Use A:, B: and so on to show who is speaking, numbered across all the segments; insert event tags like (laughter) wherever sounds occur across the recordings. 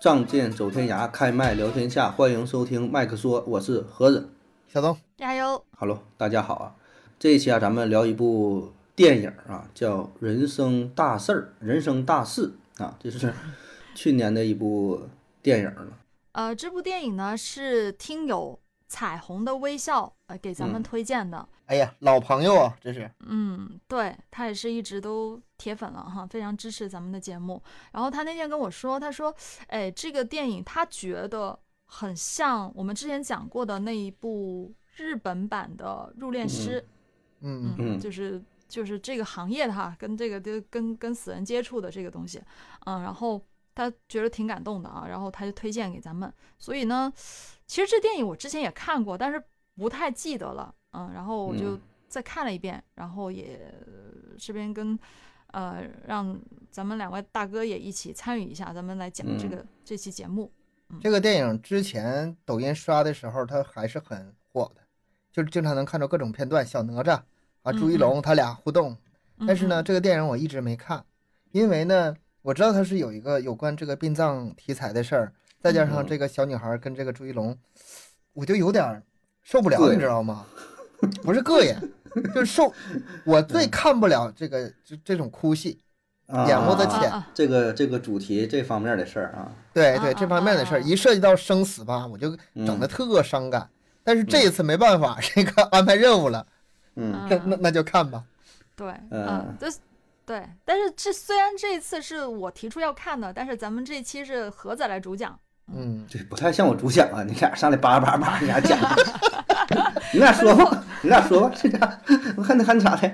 A: 仗剑走天涯，开麦聊天下，欢迎收听麦克说，我是盒子。
B: 小东，
C: 加油！
A: Hello，大家好啊！这一期啊，咱们聊一部电影啊，叫《人生大事儿》，人生大事啊，这是去年的一部电影了。
C: 呃，这部电影呢是听友彩虹的微笑呃给咱们
A: 嗯
C: 推荐的，
B: 哎呀，老朋友啊，这是
C: 嗯对他也是一直都铁粉了哈，非常支持咱们的节目。然后他那天跟我说，他说，哎，这个电影他觉得很像我们之前讲过的那一部日本版的《入殓师》，
B: 嗯，
A: 嗯
C: 就是就是这个行业的哈，跟这个就跟跟死人接触的这个东西，嗯，然后他觉得挺感动的啊，然后他就推荐给咱们。所以呢，其实这电影我之前也看过，但是不太记得了，嗯，然后我就
A: 嗯
C: 再看了一遍，然后也呃这边跟呃让咱们两位大哥也一起参与一下，咱们来讲这
A: 嗯
C: 个、这期节目。
B: 这个电影之前抖音刷的时候，它还是很火的，就是经常能看到各种片段，小哪吒啊、朱
A: 嗯
B: 一龙他俩互动。但是呢，
C: 嗯，
B: 这个电影我一直没看，因为呢，我知道它是有一个有关这个殡葬题材的事儿，再加上
A: 嗯
B: 这个小女孩跟这个朱一龙，我就有点儿受不
A: 膈
B: 了，
A: 应
B: 你知道吗？不是膈应，就是受，我
A: 嗯
B: 最看不了这个这这种哭戏，
A: 啊
B: 眼窝子
C: 啊
B: 浅
C: 啊
A: 这个这个主题这方面的事儿啊，
B: 对
C: 啊
B: 对，这
C: 啊
B: 方面的事儿，
C: 啊
B: 一涉及到生死吧，我就整的
A: 嗯
B: 特伤感。但是这一次没办法， (laughs) 这个安排任务
C: 啊
B: 了，
A: 嗯
B: 那
C: 嗯
B: 那那就看吧。
C: 对，
A: 嗯
C: 嗯，就是对，但是这虽然这一次是我提出要看的，但是咱们这一期是何仔来主讲，
B: 嗯，
A: 这不太像我主讲啊，你 (laughs) 俩上来叭叭叭，你俩讲，你俩说吧，你俩说吧，这家我看你看你咋的，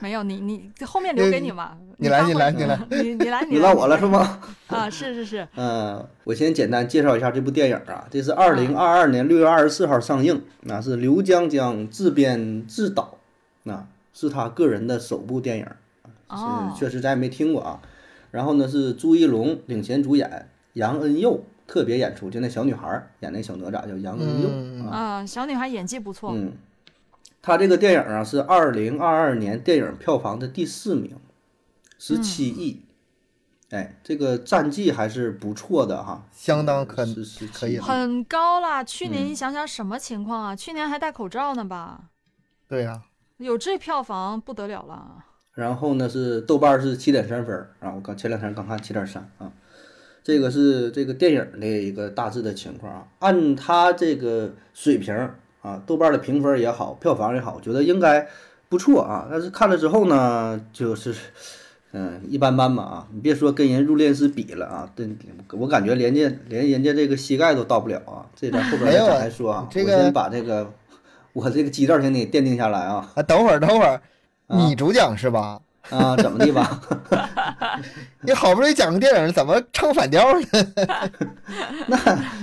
C: 没有你你后面留给你吧，
B: 呃你来
C: 发
B: 你
C: 挥
B: 来 (laughs) 你来，
C: (laughs) 你你来你
A: 轮到我了是吗？
C: 啊，是是是，
A: 嗯，我先简单介绍一下这部电影
C: 嗯
A: 啊，这是二零二二年六月二十四号上映，那是刘江江自编自导，那是他个人的首部电影，
C: 哦
A: 是确实咱也没听过啊。然后呢是朱一龙领衔主演，杨恩佑特别演出，就那小女孩儿演那小哪吒叫杨恩佑、
B: 嗯
A: 啊，
C: 啊，小女孩演技不错，
A: 嗯，他这个电影啊是二零二二年电影票房的第四名，十七
C: 嗯
A: 亿，哎，这个战绩还是不错的哈，
B: 相当可
A: 呃是是
B: 可以了
C: 很高啦。去年你想想什么情况啊？去年还戴口罩呢吧？
B: 对啊呀，
C: 有这票房不得了了，
A: 然后呢是豆瓣儿是七点三分儿啊，我刚前两天刚看七点三啊，这个是这个电影的一个大致的情况啊。按它这个水平儿啊，豆瓣儿的评分儿也好，票房也好，觉得应该不错啊。但是看了之后呢，就是嗯一般般吧啊。你别说跟人入殓师比了啊，对，我感觉连人家连人家这个膝盖都到不了啊。这咱后边儿
B: 没有
A: 再来说啊，
B: 这
A: 我
B: 个
A: 先把这个我这个基调先给你奠定下来啊
B: 啊，等会儿等会儿，
A: 啊
B: 你主讲是吧？
A: 啊，怎么地吧？
B: 你好不容易讲个电影，怎么唱反调
A: 嗯
B: 呢？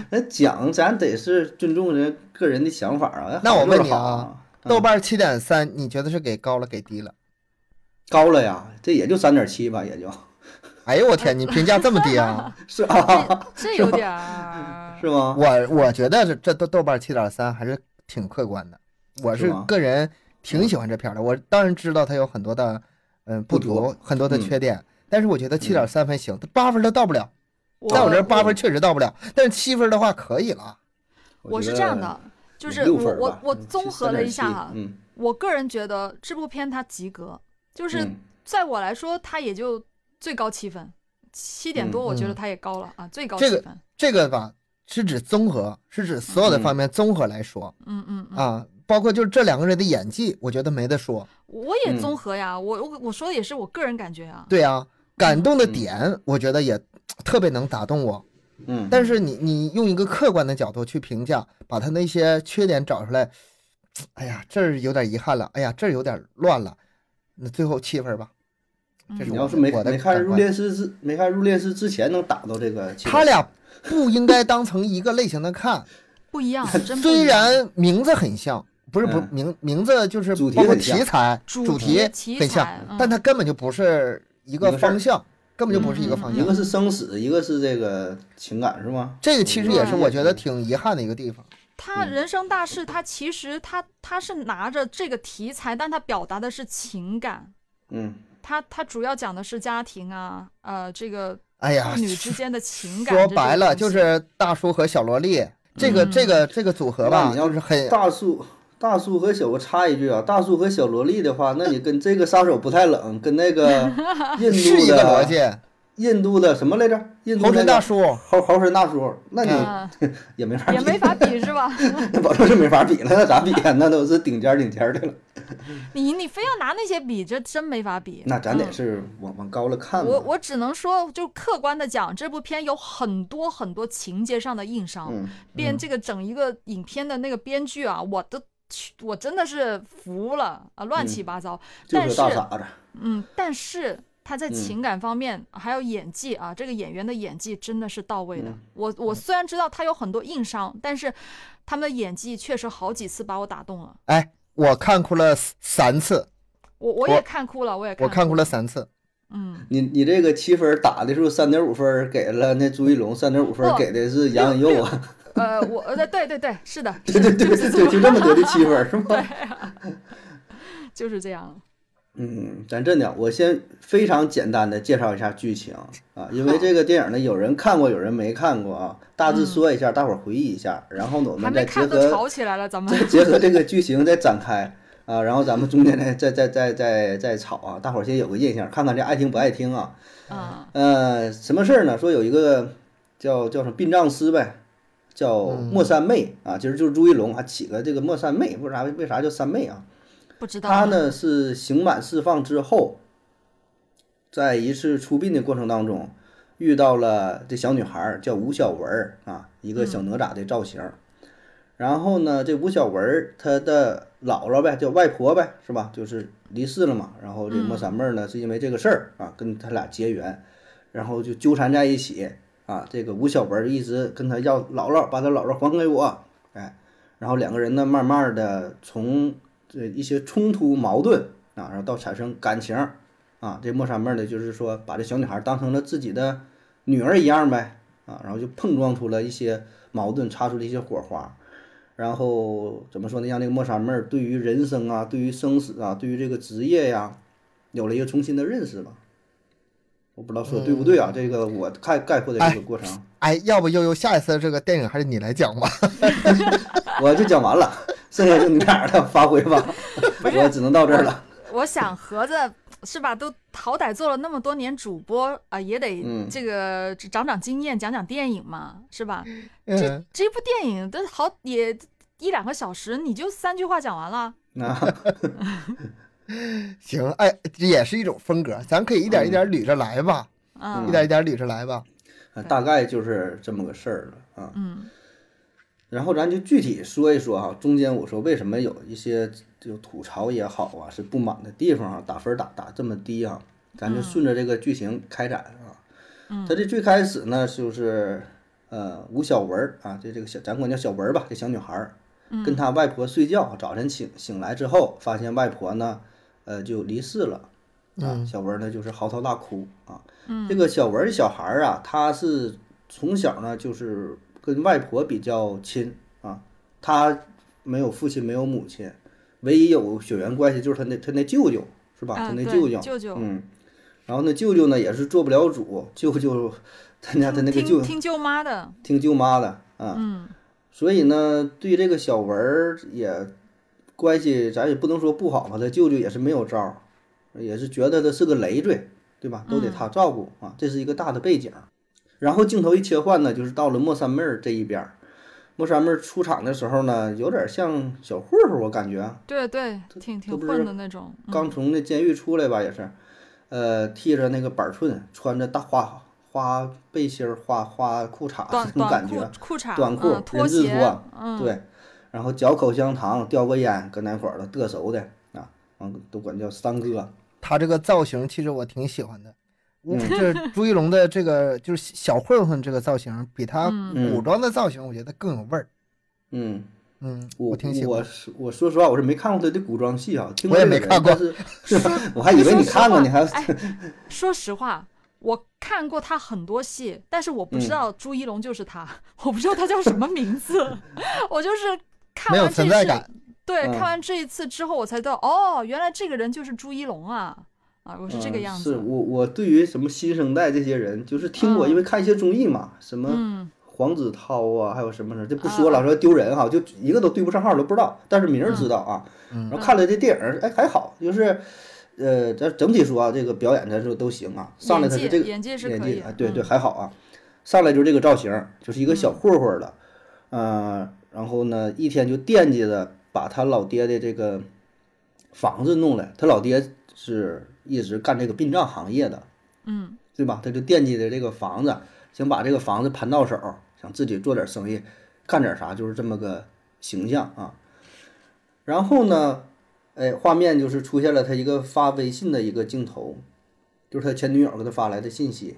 A: 那讲咱得是尊重人个人的想法啊。
B: 那我问你啊
A: 好啊，嗯
B: 豆瓣七点三，你觉得是给高了给低了？
A: 高了呀，这也就三点七吧，也就
B: 哎呦我天，你评价这么低
C: (laughs)
B: 啊？
A: 是啊，
C: 这有点儿
A: 是吗？
B: 我我觉得这这豆豆瓣七点三还是挺客观的，我
A: 是
B: 是
A: 吗
B: 个人挺喜欢这片儿的。我当然知道它有很多的嗯不
A: 不
B: 足，很多的缺点，但是我觉得七点三分行，八分都到不了，
C: 我
B: 在我这儿八分确实到不了，但是七分的话可以了。
C: 我
A: 觉
C: 是
A: 得
C: 这样的，就是
A: 六
C: 我
A: 分儿
C: 我
A: 吧
C: 我
A: 嗯
C: 综合了一下
A: 3.7
C: 哈，
A: 嗯，
C: 我个人觉得这部片它及格，就是
A: 嗯
C: 在我来说，它也就最高七分，七点多，
B: 嗯
C: 我觉得
B: 嗯
C: 它也高了、啊，最高七
B: 这个
C: 分。
B: 这个吧是指综合，是指所有的方面综合来说
C: 嗯嗯嗯，
B: 啊，包括就是这两个人的演技，我觉得没得说。
C: 我也综合呀，我我我说的也是我个人感觉啊。
B: 对啊，感动的
A: 嗯
B: 点我觉得也特别能打动我。
A: 嗯，
B: 但是你你用一个客观的角度去评价，把他那些缺点找出来，哎呀，这儿有点遗憾了，哎呀，这儿有点乱了，那最后七分吧。
C: 嗯
B: 这是
A: 你
B: 我
A: 要是
B: 的
A: 没
B: 我的
A: 没看
B: 感
A: 入
B: 官
A: 殓师之没看入殓师之前能打到这个七分，
B: 他俩不应该当成一个类型的看，
C: 不一样，真不
B: 虽
C: 一样
B: 然名字很像，不是不是
A: 嗯
B: 名名字就是
A: 主题
B: 包括
A: 很像
B: 题材
C: 主
B: 题
C: 题
B: 很像，
C: 材，嗯
B: 但它根本就不是一
A: 一
B: 个
A: 个事儿
B: 方向，根本就不是一个方
A: 嗯一
B: 向
A: 个。是生死，一个是这个情感，是吗？
B: 这个其实也是我觉得
A: 对
B: 挺遗憾的一个地方。
C: 他
A: 嗯
C: 人生大事，他其实他他是拿着这个题材，但他表达的是情感，
A: 嗯
C: 他他主要讲的是家庭啊，呃，这个
B: 哎呀，
C: 父女之间的情感。
B: 说白了就是大叔和小萝莉这个这个这个组合吧，
A: 那你要
B: 就是很
A: 大树，大树和小，我插一句啊，大树和小萝莉的话，那你跟这个杀手不太
C: (laughs)
A: 冷，跟那个印
B: 是
A: 度
B: 一个逻
A: 的
B: 辑。
A: 印度的什么来着？印度
B: 猴
A: 那
B: 神
A: 个
B: 大叔，
A: 猴猴神大叔，那你
C: 啊，
A: 也没
B: 嗯
A: 法
C: 也
A: (laughs)
C: 没
A: 比，
C: 法比是吧？ (laughs)
A: 那保证是没法比了，那咋比呀？那都是顶尖儿顶尖儿的了。
C: 你你非要拿那些比，这真没法比。
A: 那咱得
C: 嗯
A: 是往往高了看
C: 我
A: 嘛。
C: 我只能说，就客观的讲，这部片有很多很多情节上的硬伤。
A: 嗯，
C: 编这个整一个影片的那个编剧啊，我的去，我真的是服了啊，乱七八糟。
A: 嗯就
C: 但
A: 是
C: 是
A: 大傻子，
C: 嗯，但是他在
A: 嗯
C: 情感方面、还有演技啊，这个演员的演技真的是到位的。
A: 嗯
C: 我我虽然知道他有很多硬伤，但是他们的演技确实好几次把我打动了。
B: 哎，我看哭了三次，
C: 我我
B: 我
C: 也看哭了，我也
B: 我看
C: 哭
B: 哭了三次。
C: 嗯，
A: 你你这个七分儿打的时候三点五分儿给了那朱一龙，三点五分儿
C: 不
A: 给的是杨颖佑啊，
C: 呃，我呃对对对，是的，
A: (laughs) 对对对
C: (laughs)
A: 对对，就这么得的七分儿是吗？
C: 就是这样。
A: 嗯，咱这样，我先非常简单的介绍一下剧情啊，因为这个电影呢，有人看过，有人没看过啊，大致说一下，大伙儿回忆一下，然后呢，我
C: 嗯还
A: 们
C: 没
A: 再结
C: 看都
A: 合
C: 吵起来了，咱
A: (laughs)
C: 们
A: 再结合这个剧情再展开啊，然后咱们中间再再再再再再吵啊，大伙儿先有个印象，看看这爱听不爱听啊。
C: 啊，
A: 呃，什么事儿呢？说有一个叫叫什么殡葬师呗，叫
C: 嗯
A: 莫三妹啊，其实就是朱一龙，还起个这个莫三妹，为啥为啥叫三妹啊？
C: 不知道啊
A: 他呢是刑满释放之后，在一次出殡的过程当中，遇到了这小女孩儿叫吴小文儿啊，一个
C: 嗯
A: 小哪吒的造型。然后呢，这吴小文儿她的姥姥呗，叫外婆呗，是吧？就是离世了嘛。然后这
C: 嗯
A: 莫三妹儿呢，是因为这个事儿啊，跟他俩结缘，然后就纠缠在一起啊。这个吴小文儿一直跟他要姥姥，把他姥姥还给我，哎。然后两个人呢，慢慢的从这一些冲突矛盾啊，然后到产生感情啊。这莫三妹儿呢，就是说把这小女孩当成了自己的女儿一样呗啊，然后就碰撞出了一些矛盾，擦出了一些火花。然后怎么说呢？让这个莫三妹儿对于人生啊，对于生死啊，对于这个职业呀、有了一个重新的认识吧。我不知道说对不对啊？这个我概概括的这个过程，
B: 哎，要不悠悠下一次这个电影还是你来讲吧？
A: 我就讲完了，剩下就你俩的发挥吧，我只能到这儿了。
C: 我想合着是吧？都好歹做了那么多年主播啊、也得
A: 嗯
C: 这个长长经验，讲讲电影嘛，是吧？
B: 嗯，
C: 这部电影都好也一两个小时，你就三句话讲完了。
A: 啊，
B: (laughs) 行，哎，这也是一种风格，咱可以一点一点捋着来吧，
C: 嗯
B: 一点一点捋着来吧。
A: 啊大概就是这么个事儿了啊。
C: 嗯
A: 然后咱就具体说一说哈、中间我说为什么有一些就吐槽也好啊，是不满的地方啊，打分打打这么低啊，咱就顺着这个剧情开展啊。
C: 嗯
A: 他这最开始呢，就是呃吴小文儿啊，这这个小咱管叫小文儿吧，这小女孩儿
C: 嗯
A: 跟她外婆睡觉，早晨醒醒来之后，发现外婆呢，呃就离世了。啊，小文儿呢就是嚎啕大哭啊。
C: 嗯
A: 这个小文儿小孩儿啊，他是从小呢就是跟外婆比较亲啊，他没有父亲，没有母亲，唯一有血缘关系就是他那他那舅舅是吧？他
C: 啊，
A: 那
C: 对，
A: 舅舅，
C: 舅舅，
A: 嗯，然后呢舅舅呢也是做不了主，舅舅他家他那个
C: 听
A: 舅
C: 听舅妈的，
A: 听舅妈的啊，
C: 嗯
A: 所以呢，对这个小文儿也关系，咱也不能说不好吧，他舅舅也是没有招儿，也是觉得他是个累赘，对吧？都得
C: 嗯
A: 他照顾、啊，这是一个大的背景。然后镜头一切换呢，就是到了莫三妹儿这一边儿。莫三妹儿出场的时候呢，有点像小混混儿，我感觉啊
C: 对对，挺挺
A: 这不
C: 混
A: 是
C: 的那种。嗯
A: 刚从那监狱出来吧，也是，呃，剃着那个板寸，穿着大花花背心儿、花花裤衩
C: 短
A: (laughs) 那种
C: 短
A: 感觉啊
C: 裤、裤衩、
A: 短裤
C: 嗯、拖
A: 人字
C: 鞋
A: 拖，啊
C: 嗯，
A: 对，然后嚼口香糖，叼个烟，搁那块儿了嘚瑟的啊，完都管叫三哥。
B: 他这个造型其实我挺喜欢的，
A: 嗯
B: 我就是朱一龙的这个就是小混混这个造型，比他
A: 嗯
B: 古装的造型我觉得更有味儿。
A: 嗯，
B: 嗯，
A: 我
B: 挺喜欢。
A: 我是我说实话，我是没看过他的古装戏啊，听
B: 我
A: 过这个
B: 也没
A: 人
B: 看过
A: 但
B: (laughs)
A: 是 (laughs) 是吧我还以为你看过呢，还
C: 哎，说实话，我看过他很多戏，但是我
B: 嗯
C: 不知道朱一龙就是他，我不知道他叫什么名
B: (laughs)
C: 字，我就是看
B: 没有
C: 完这
B: 存在
C: 一次，
B: 感，
C: 对，
A: 嗯
C: 看完这一次之后，我才知道，哦，原来这个人就是朱一龙啊。啊，我是这个
A: 嗯
C: 样
A: 是
C: 子。
A: 我我对于什么新生代这些人，就是听我因为看一些综艺嘛，什么
C: 嗯，
A: 黄子韬啊，还有什么什么，这不
C: 啊
A: 说了，说丢人哈，就一个都对不上号，都不知道，但是名儿知道啊。
B: 嗯
A: 然后看了这电影儿，哎，还好，就是。呃，咱整体说啊，这个表演咱说都行啊，上来
C: 演
A: 他是
C: 技
A: 这个
C: 演技是
A: 演
C: 可
A: 技
C: 以嗯
A: 啊，，对对，还好啊。上来就这个造型，就是一个小混混的，呃，然后呢，一天就惦记着把他老爹的这个房子弄来。他老爹是一直干这个殡葬行业的，
C: 嗯
A: 对吧？他就惦记着这个房子，想把这个房子盘到手，想自己做点生意，干点啥，就是这么个形象啊。然后呢，哎，画面就是出现了他一个发微信的一个镜头，就是他前女友给他发来的信息，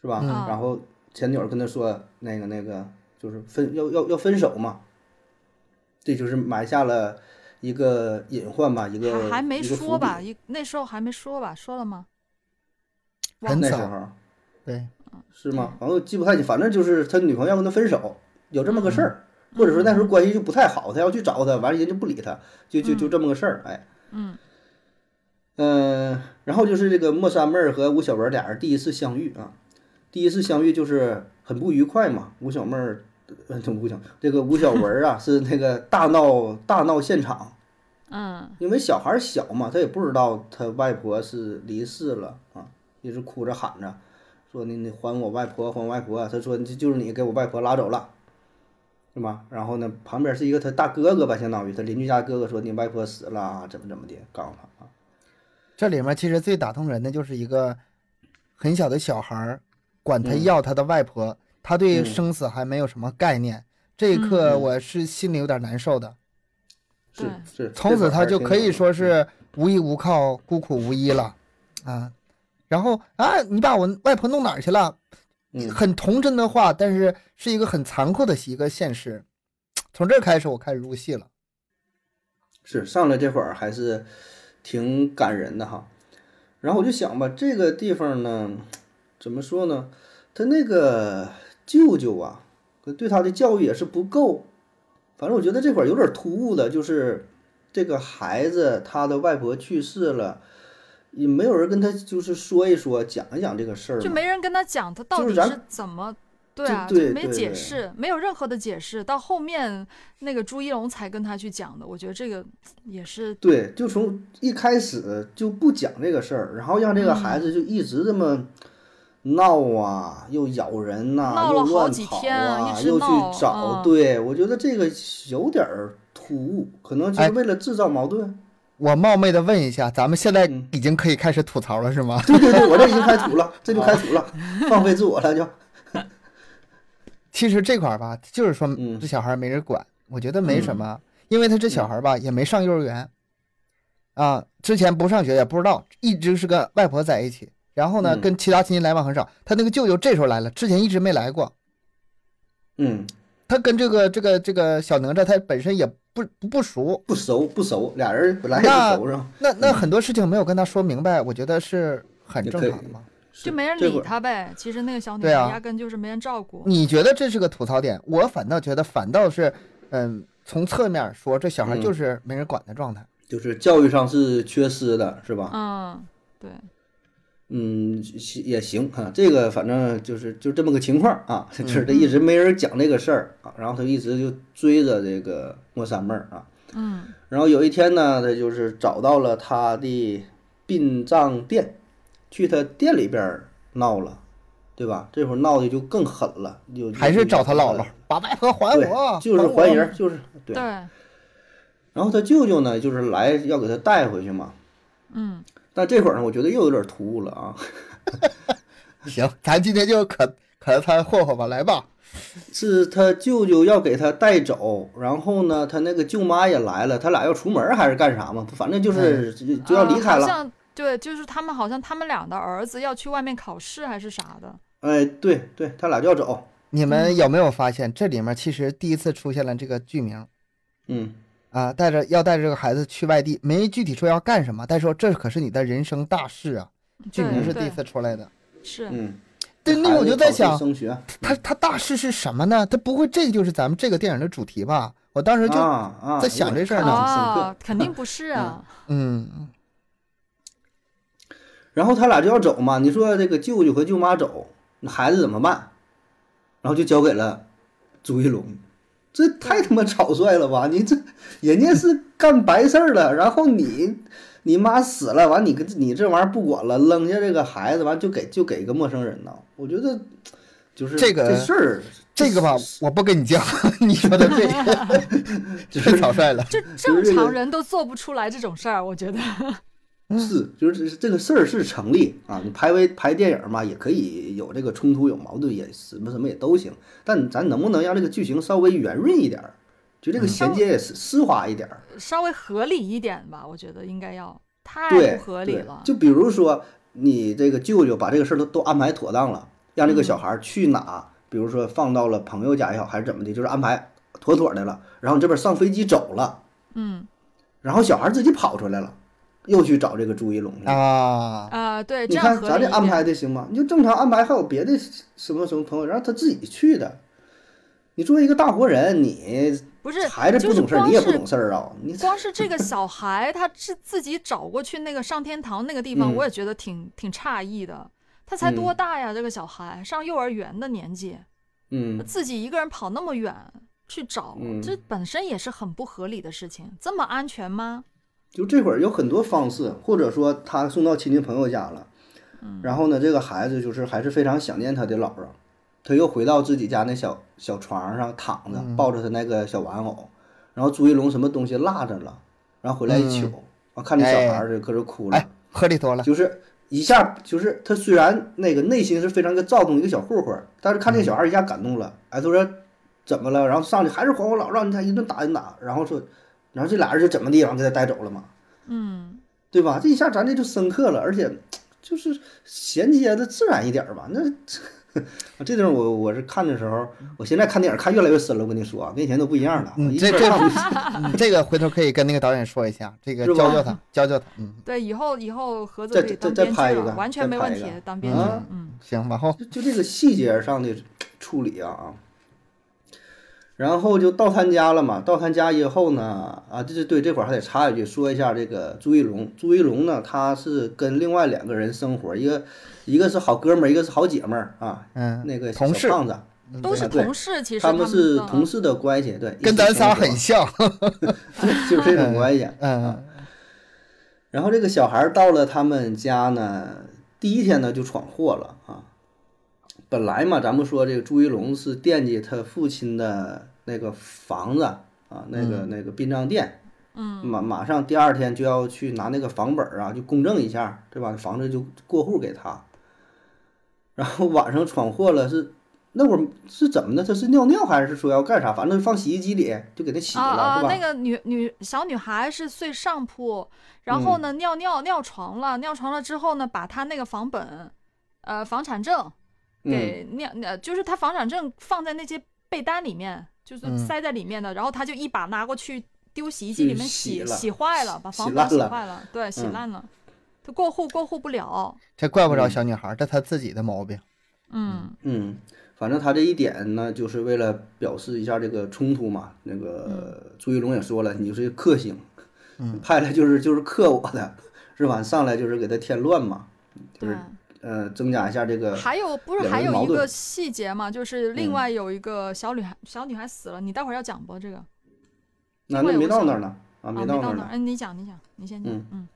A: 是吧？
B: 嗯
C: 啊
A: 然后前女友跟他说那个那个就是分要要要分手嘛，这就是埋下了一个隐患吧，一个
C: 嗯还还没
A: 一个伏
C: 说吧？
A: 笔
C: 一那时候还没说吧？说了吗？
B: 很
A: 那时
B: 早，
A: 候。
B: 对，
A: 是吗？反正我记不太清，反正就是他女朋友要跟他分手，有这么个事儿，或者说那时候关系就不太好，他要去找他，完了人就不理他，就就就这么个事儿，哎，
C: 嗯
A: 嗯、然后就是这个莫三妹儿和吴小文俩人第一次相遇啊，第一次相遇就是很不愉快嘛，吴小妹儿，呃，吴小这个吴小文啊是那个大闹大闹现场，
C: 嗯
A: 因为小孩儿小嘛，他也不知道他外婆是离世了啊，一直哭着喊着，说你你还我外婆，还我外婆。啊他说这就是你给我外婆拉走了，是吧？然后呢，旁边是一个他大哥哥吧，相当于他邻居家哥哥说你外婆死了啊，怎么怎么的，告诉他啊，
B: 这里面其实最打动人的就是一个很小的小孩儿，管他
A: 嗯
B: 要他的外婆，他对
A: 嗯
B: 生死还没有什么概念。这一刻我是心里有点难受的。
A: 是是，
B: 从此他就可以说
A: 这小孩儿
B: 是无依无靠、孤苦无依了，啊，然后啊，你把我外婆弄哪儿去了？
A: 挺好，
B: 很童真的话，但是是一个很残酷的一个现实。从这儿开始，我开始入戏
A: 嗯，
B: 了。
A: 是上来这会儿还是挺感人的哈。然后我就想吧，这个地方呢，怎么说呢？他那个舅舅啊，可对他的教育也是不够。反正我觉得这块儿有点突兀的，就是这个孩子他的外婆去世了，也没有人跟他就是说一说、讲一讲这个事儿嘛。
C: 就没人跟他讲他到
A: 就
C: 底
A: 是咱
C: 是怎么。对
A: 就
C: 啊，
A: 对
C: 没
A: 对
C: 解
A: 对
C: 释，没有任何的解释。到后面那个朱一龙才跟他去讲的，我觉得这个也是
A: 对，就从一开始就不讲这个事儿，然后让这
C: 嗯
A: 个孩子就一直这么闹啊，又咬人呐、
C: 闹了
A: 又
C: 好
A: 乱
C: 几
A: 跑
C: 天
A: 啊，
C: 一直
A: 又去
C: 闹
A: 找。
C: 嗯
A: 对，我觉得这个有点儿突兀，可能就
B: 哎
A: 是为了制造矛盾。 (laughs)
B: 我冒昧的问一下，咱们现在
A: 嗯
B: 已经可以开始吐槽了，是吗？
A: 对对对，我这已经开除了，这就开除
C: 哦
A: 了， (laughs) 放飞自我了就。
B: 其实这块儿吧，就是说
A: 嗯
B: 这小孩没人管，我觉得没什么，因为他这小孩吧也没上幼儿园，啊，之前不上学也不知道，一直是跟外婆在一起，然后呢
A: 嗯
B: 跟其他亲戚来往很少。他那个舅舅这时候来了，之前一直没来过。
A: 嗯，
B: 他跟这个这个这个小哪吒他本身也不不不熟，
A: 不熟不熟，俩人本来也
B: 那
A: 不熟是吧？
B: 那那很多事情没有跟他说明白，我觉得是
A: 嗯
B: 很
A: 也
B: 正
A: 可以
B: 常的嘛。
A: 是
C: 就没人
A: 这
C: 理
A: 会儿
C: 他呗。其实那个小女
B: 对
C: 孩
B: 啊
C: 压根就是没人照顾。
B: 你觉得这是个吐槽点？我反倒觉得反倒是，嗯，从侧面说这小孩
A: 嗯
B: 就是没人管的状态。
A: 就是教育上是缺失的，是吧？
C: 嗯，对，
A: 嗯，行也行啊，这个反正就是就这么个情况啊， (laughs) 就是他
C: 嗯
A: 一直没人讲这个事儿啊，然后他一直就追着这个莫三妹儿啊，
C: 嗯
A: 然后有一天呢，他就是找到了他的殡葬店，去他店里边儿闹了，对吧？这会儿闹的就更狠了，就
B: 还是找他姥姥
A: 了，
B: 把外婆还
A: 对
B: 我，，啊
A: 就是
B: 还
A: 还
B: 我
A: 人，。就是对。
C: 对，
A: 然后他舅舅呢，就是来要给他带回去嘛，
C: 嗯，
A: 但这会儿呢，我觉得又有点突兀了啊，
B: 行，咱今天就可可他霍霍吧，来吧。
A: 是他舅舅要给他带走，然后呢，他那个舅妈也来了，他俩要出门儿还是干啥嘛？反正
B: 嗯
A: 就是就就要
C: 呃
A: 离开
C: 好
A: 了。
C: 像对，就是他们好像他们俩的儿子要去外面考试还是啥的。
A: 哎，对对，他俩就要走。
B: 你们有没有发现这里面其实第一次出现了这个剧名
A: 嗯，
B: 啊？带着要带着这个孩子去外地，没具体说要干什么，但说这可是你的人生大事啊。剧名
C: 对
B: 是第
C: 对
B: 一次出来的。
C: 是，
A: 嗯，
B: 对，那我就在
A: 孩子，
B: 想
A: 考去升学
B: 他他大事是什么呢？他不会这个就是咱们这个电影的主题吧？我当时就、
A: 啊啊，
C: 哦
B: 在想这事儿呢
A: 我看着很深刻
C: 啊，肯定不是啊。
B: 嗯，
A: 然后他俩就要走嘛，你说这个舅舅和舅妈走，那孩子怎么办？然后就交给了朱一龙，这太他妈草率了吧！你这人家是干白事儿了，然后你你妈死了，完你跟你这玩意儿不管了，扔下这个孩子，完就给就给个陌生人呢？我觉得就是
B: 这个
A: 事儿，
B: 这个吧，我不跟你犟， (laughs) 你说的对，
A: (laughs) 就是
B: 太草率了。
C: 就正常人都做不出来这种事儿，我觉得。嗯
A: 是，就是这这个事儿是成立啊。你拍为拍电影嘛，也可以有这个冲突、有矛盾，也什么什么也都行。但咱能不能让这个剧情稍微圆润一点儿，就这
C: 嗯
A: 个衔接也丝丝滑一点儿？
C: 稍微合理一点吧，我觉得应该要太
A: 对，
C: 不合理
A: 对
C: 了。
A: 就比如说你这个舅舅把这个事儿都都安排妥当了，让
C: 嗯
A: 这个小孩儿去哪，比如说放到了朋友家也好，还是怎么的，就是安排妥妥的了。然后你这边上飞机走了，
C: 嗯
A: 然后小孩儿自己跑出来了，又去找这个朱一龙去了。
B: 啊，
C: 啊、对，
A: 你
C: 这样
A: 看
C: 合
A: 咱
C: 理
A: 这
C: 一
A: 安
C: 点
A: 排的行吗？你就正常安排，还有别的什么什么朋友，然后他自己去的。你作为一个大活人，你
C: 不是
A: 孩子
C: 就
A: 不
C: 是
A: 懂事儿，
C: 光
A: 你也不
C: 是
A: 懂事儿啊！你
C: 光是这个小孩，他是自己找过去那个上天堂那个地方，
A: 嗯
C: 我也觉得挺挺诧异的。他才多
A: 嗯
C: 大呀？这个小孩上幼儿园的年纪，
A: 嗯，
C: 自己一个人跑那么远去找，
A: 嗯
C: 这本身也是很不合理的事情。这么安全吗？
A: 就这会儿有很多方式，或者说他送到亲戚朋友家了，
C: 嗯
A: 然后呢，这个孩子就是还是非常想念他的姥姥，他又回到自己家那小小床上躺着，
B: 嗯
A: 抱着他那个小玩偶，然后朱一龙什么东西落着了，然后回来一瞅，啊，看这小孩儿就搁这哭了。
B: 嗯哎，合理多了。
A: 就是一下就是他虽然那个内心是非常个躁动一个小混混儿，但是看这个小孩儿一下感动了，哎，他说怎么了？然后上去还是还我老丈，你他一顿打一顿打，然后说，然后这俩人就怎么地，然后给他带走了嘛，
C: 嗯，
A: 对吧？这一下咱这就深刻了，而且就是衔接的自然一点儿吧。那 (laughs) 这地方我我是看的时候，我现在看电影看越来越深了，我跟你说啊，跟以前都不一样了。
B: 嗯
A: 一
B: 这
A: 块儿
B: 这
A: 看
B: 嗯，这个回头可以跟那个导演说一下，这个
A: 是吧
B: 教教他，教教他。嗯，
C: 对，以后以后盒子
A: 再
C: 可以
A: 再
C: 当
A: 再
C: 编剧
A: 拍一个
C: 了，完全
A: 再
C: 没
A: 拍
C: 问
A: 一个
C: 题，当编剧
A: 啊。
C: 嗯，
B: 行，往后
A: 就就这个细节上的处理啊啊。然后就到他家了嘛，到他家以后呢，啊，这这对这会儿还得插一句，说一下这个朱一龙。朱一龙呢，他是跟另外两个人生活，一个一个是好哥们儿，一个是好姐们儿啊。
B: 嗯，
A: 那个小
B: 同事
A: 胖子，
C: 嗯都是
A: 对
C: 同事，其实
A: 他
C: 们
A: 是
C: 嗯
A: 同事的关系，对，一起
B: 跟咱仨
A: 生活
B: 很像。
A: (laughs) 就是这种关系。啊
B: 嗯，
A: 然后这个小孩儿到了他们家呢，第一天呢就闯祸了啊。本来嘛，咱们说这个朱一龙是惦记他父亲的那个房子啊，那个那个殡葬店，
C: 嗯
A: 马马上第二天就要去拿那个房本儿啊，就公证一下，对吧？房子就过户给他。然后晚上闯祸了，是那会儿是怎么的？他是尿尿还是说要干啥？反正放洗衣机里就给他洗了，
C: 啊啊，
A: 是吧？
C: 那个女女小女孩是睡上铺，然后呢、
A: 嗯
C: 尿尿尿床了，尿床了之后呢，把她那个房本，呃，房产证
A: 嗯，
C: 给尿，呃，就是她房产证放在那些被单里面，就是
B: 嗯
C: 塞在里面的，然后她就一把拿过去丢洗衣机
A: 去
C: 里面
A: 洗
C: 洗
A: 了
C: 坏了，
A: 洗
C: 把
A: 洗
C: 房
A: 烂
C: 本洗
A: 了
C: 坏了，对，洗
A: 嗯
C: 烂了，她过户过户不了，
B: 这怪不着
A: 嗯
B: 小女孩儿，这她自己的毛病。
C: 嗯
A: 嗯，反正他这一点呢，就是为了表示一下这个冲突嘛。那
C: 嗯
A: 个朱一龙也说了，你就是克星，
B: 嗯
A: 派来就是就是克我的，是吧？上来就是给他添乱嘛，就
C: 对
A: 是。
C: 嗯
A: 呃增加一下这个，
C: 还有不是
A: 两
C: 还
A: 人
C: 有
A: 矛
C: 一个
A: 盾
C: 细节嘛，就是另
A: 嗯
C: 外有一个小女孩，小女孩死了，你待会儿要讲不这个？
A: 那
C: 会
A: 那
C: 有
A: 没
C: 个
A: 到
C: 小
A: 那儿呢啊，
C: 啊，没
A: 到
C: 到
A: 那儿呢
C: 儿，，哎，你讲，你讲，你先讲，嗯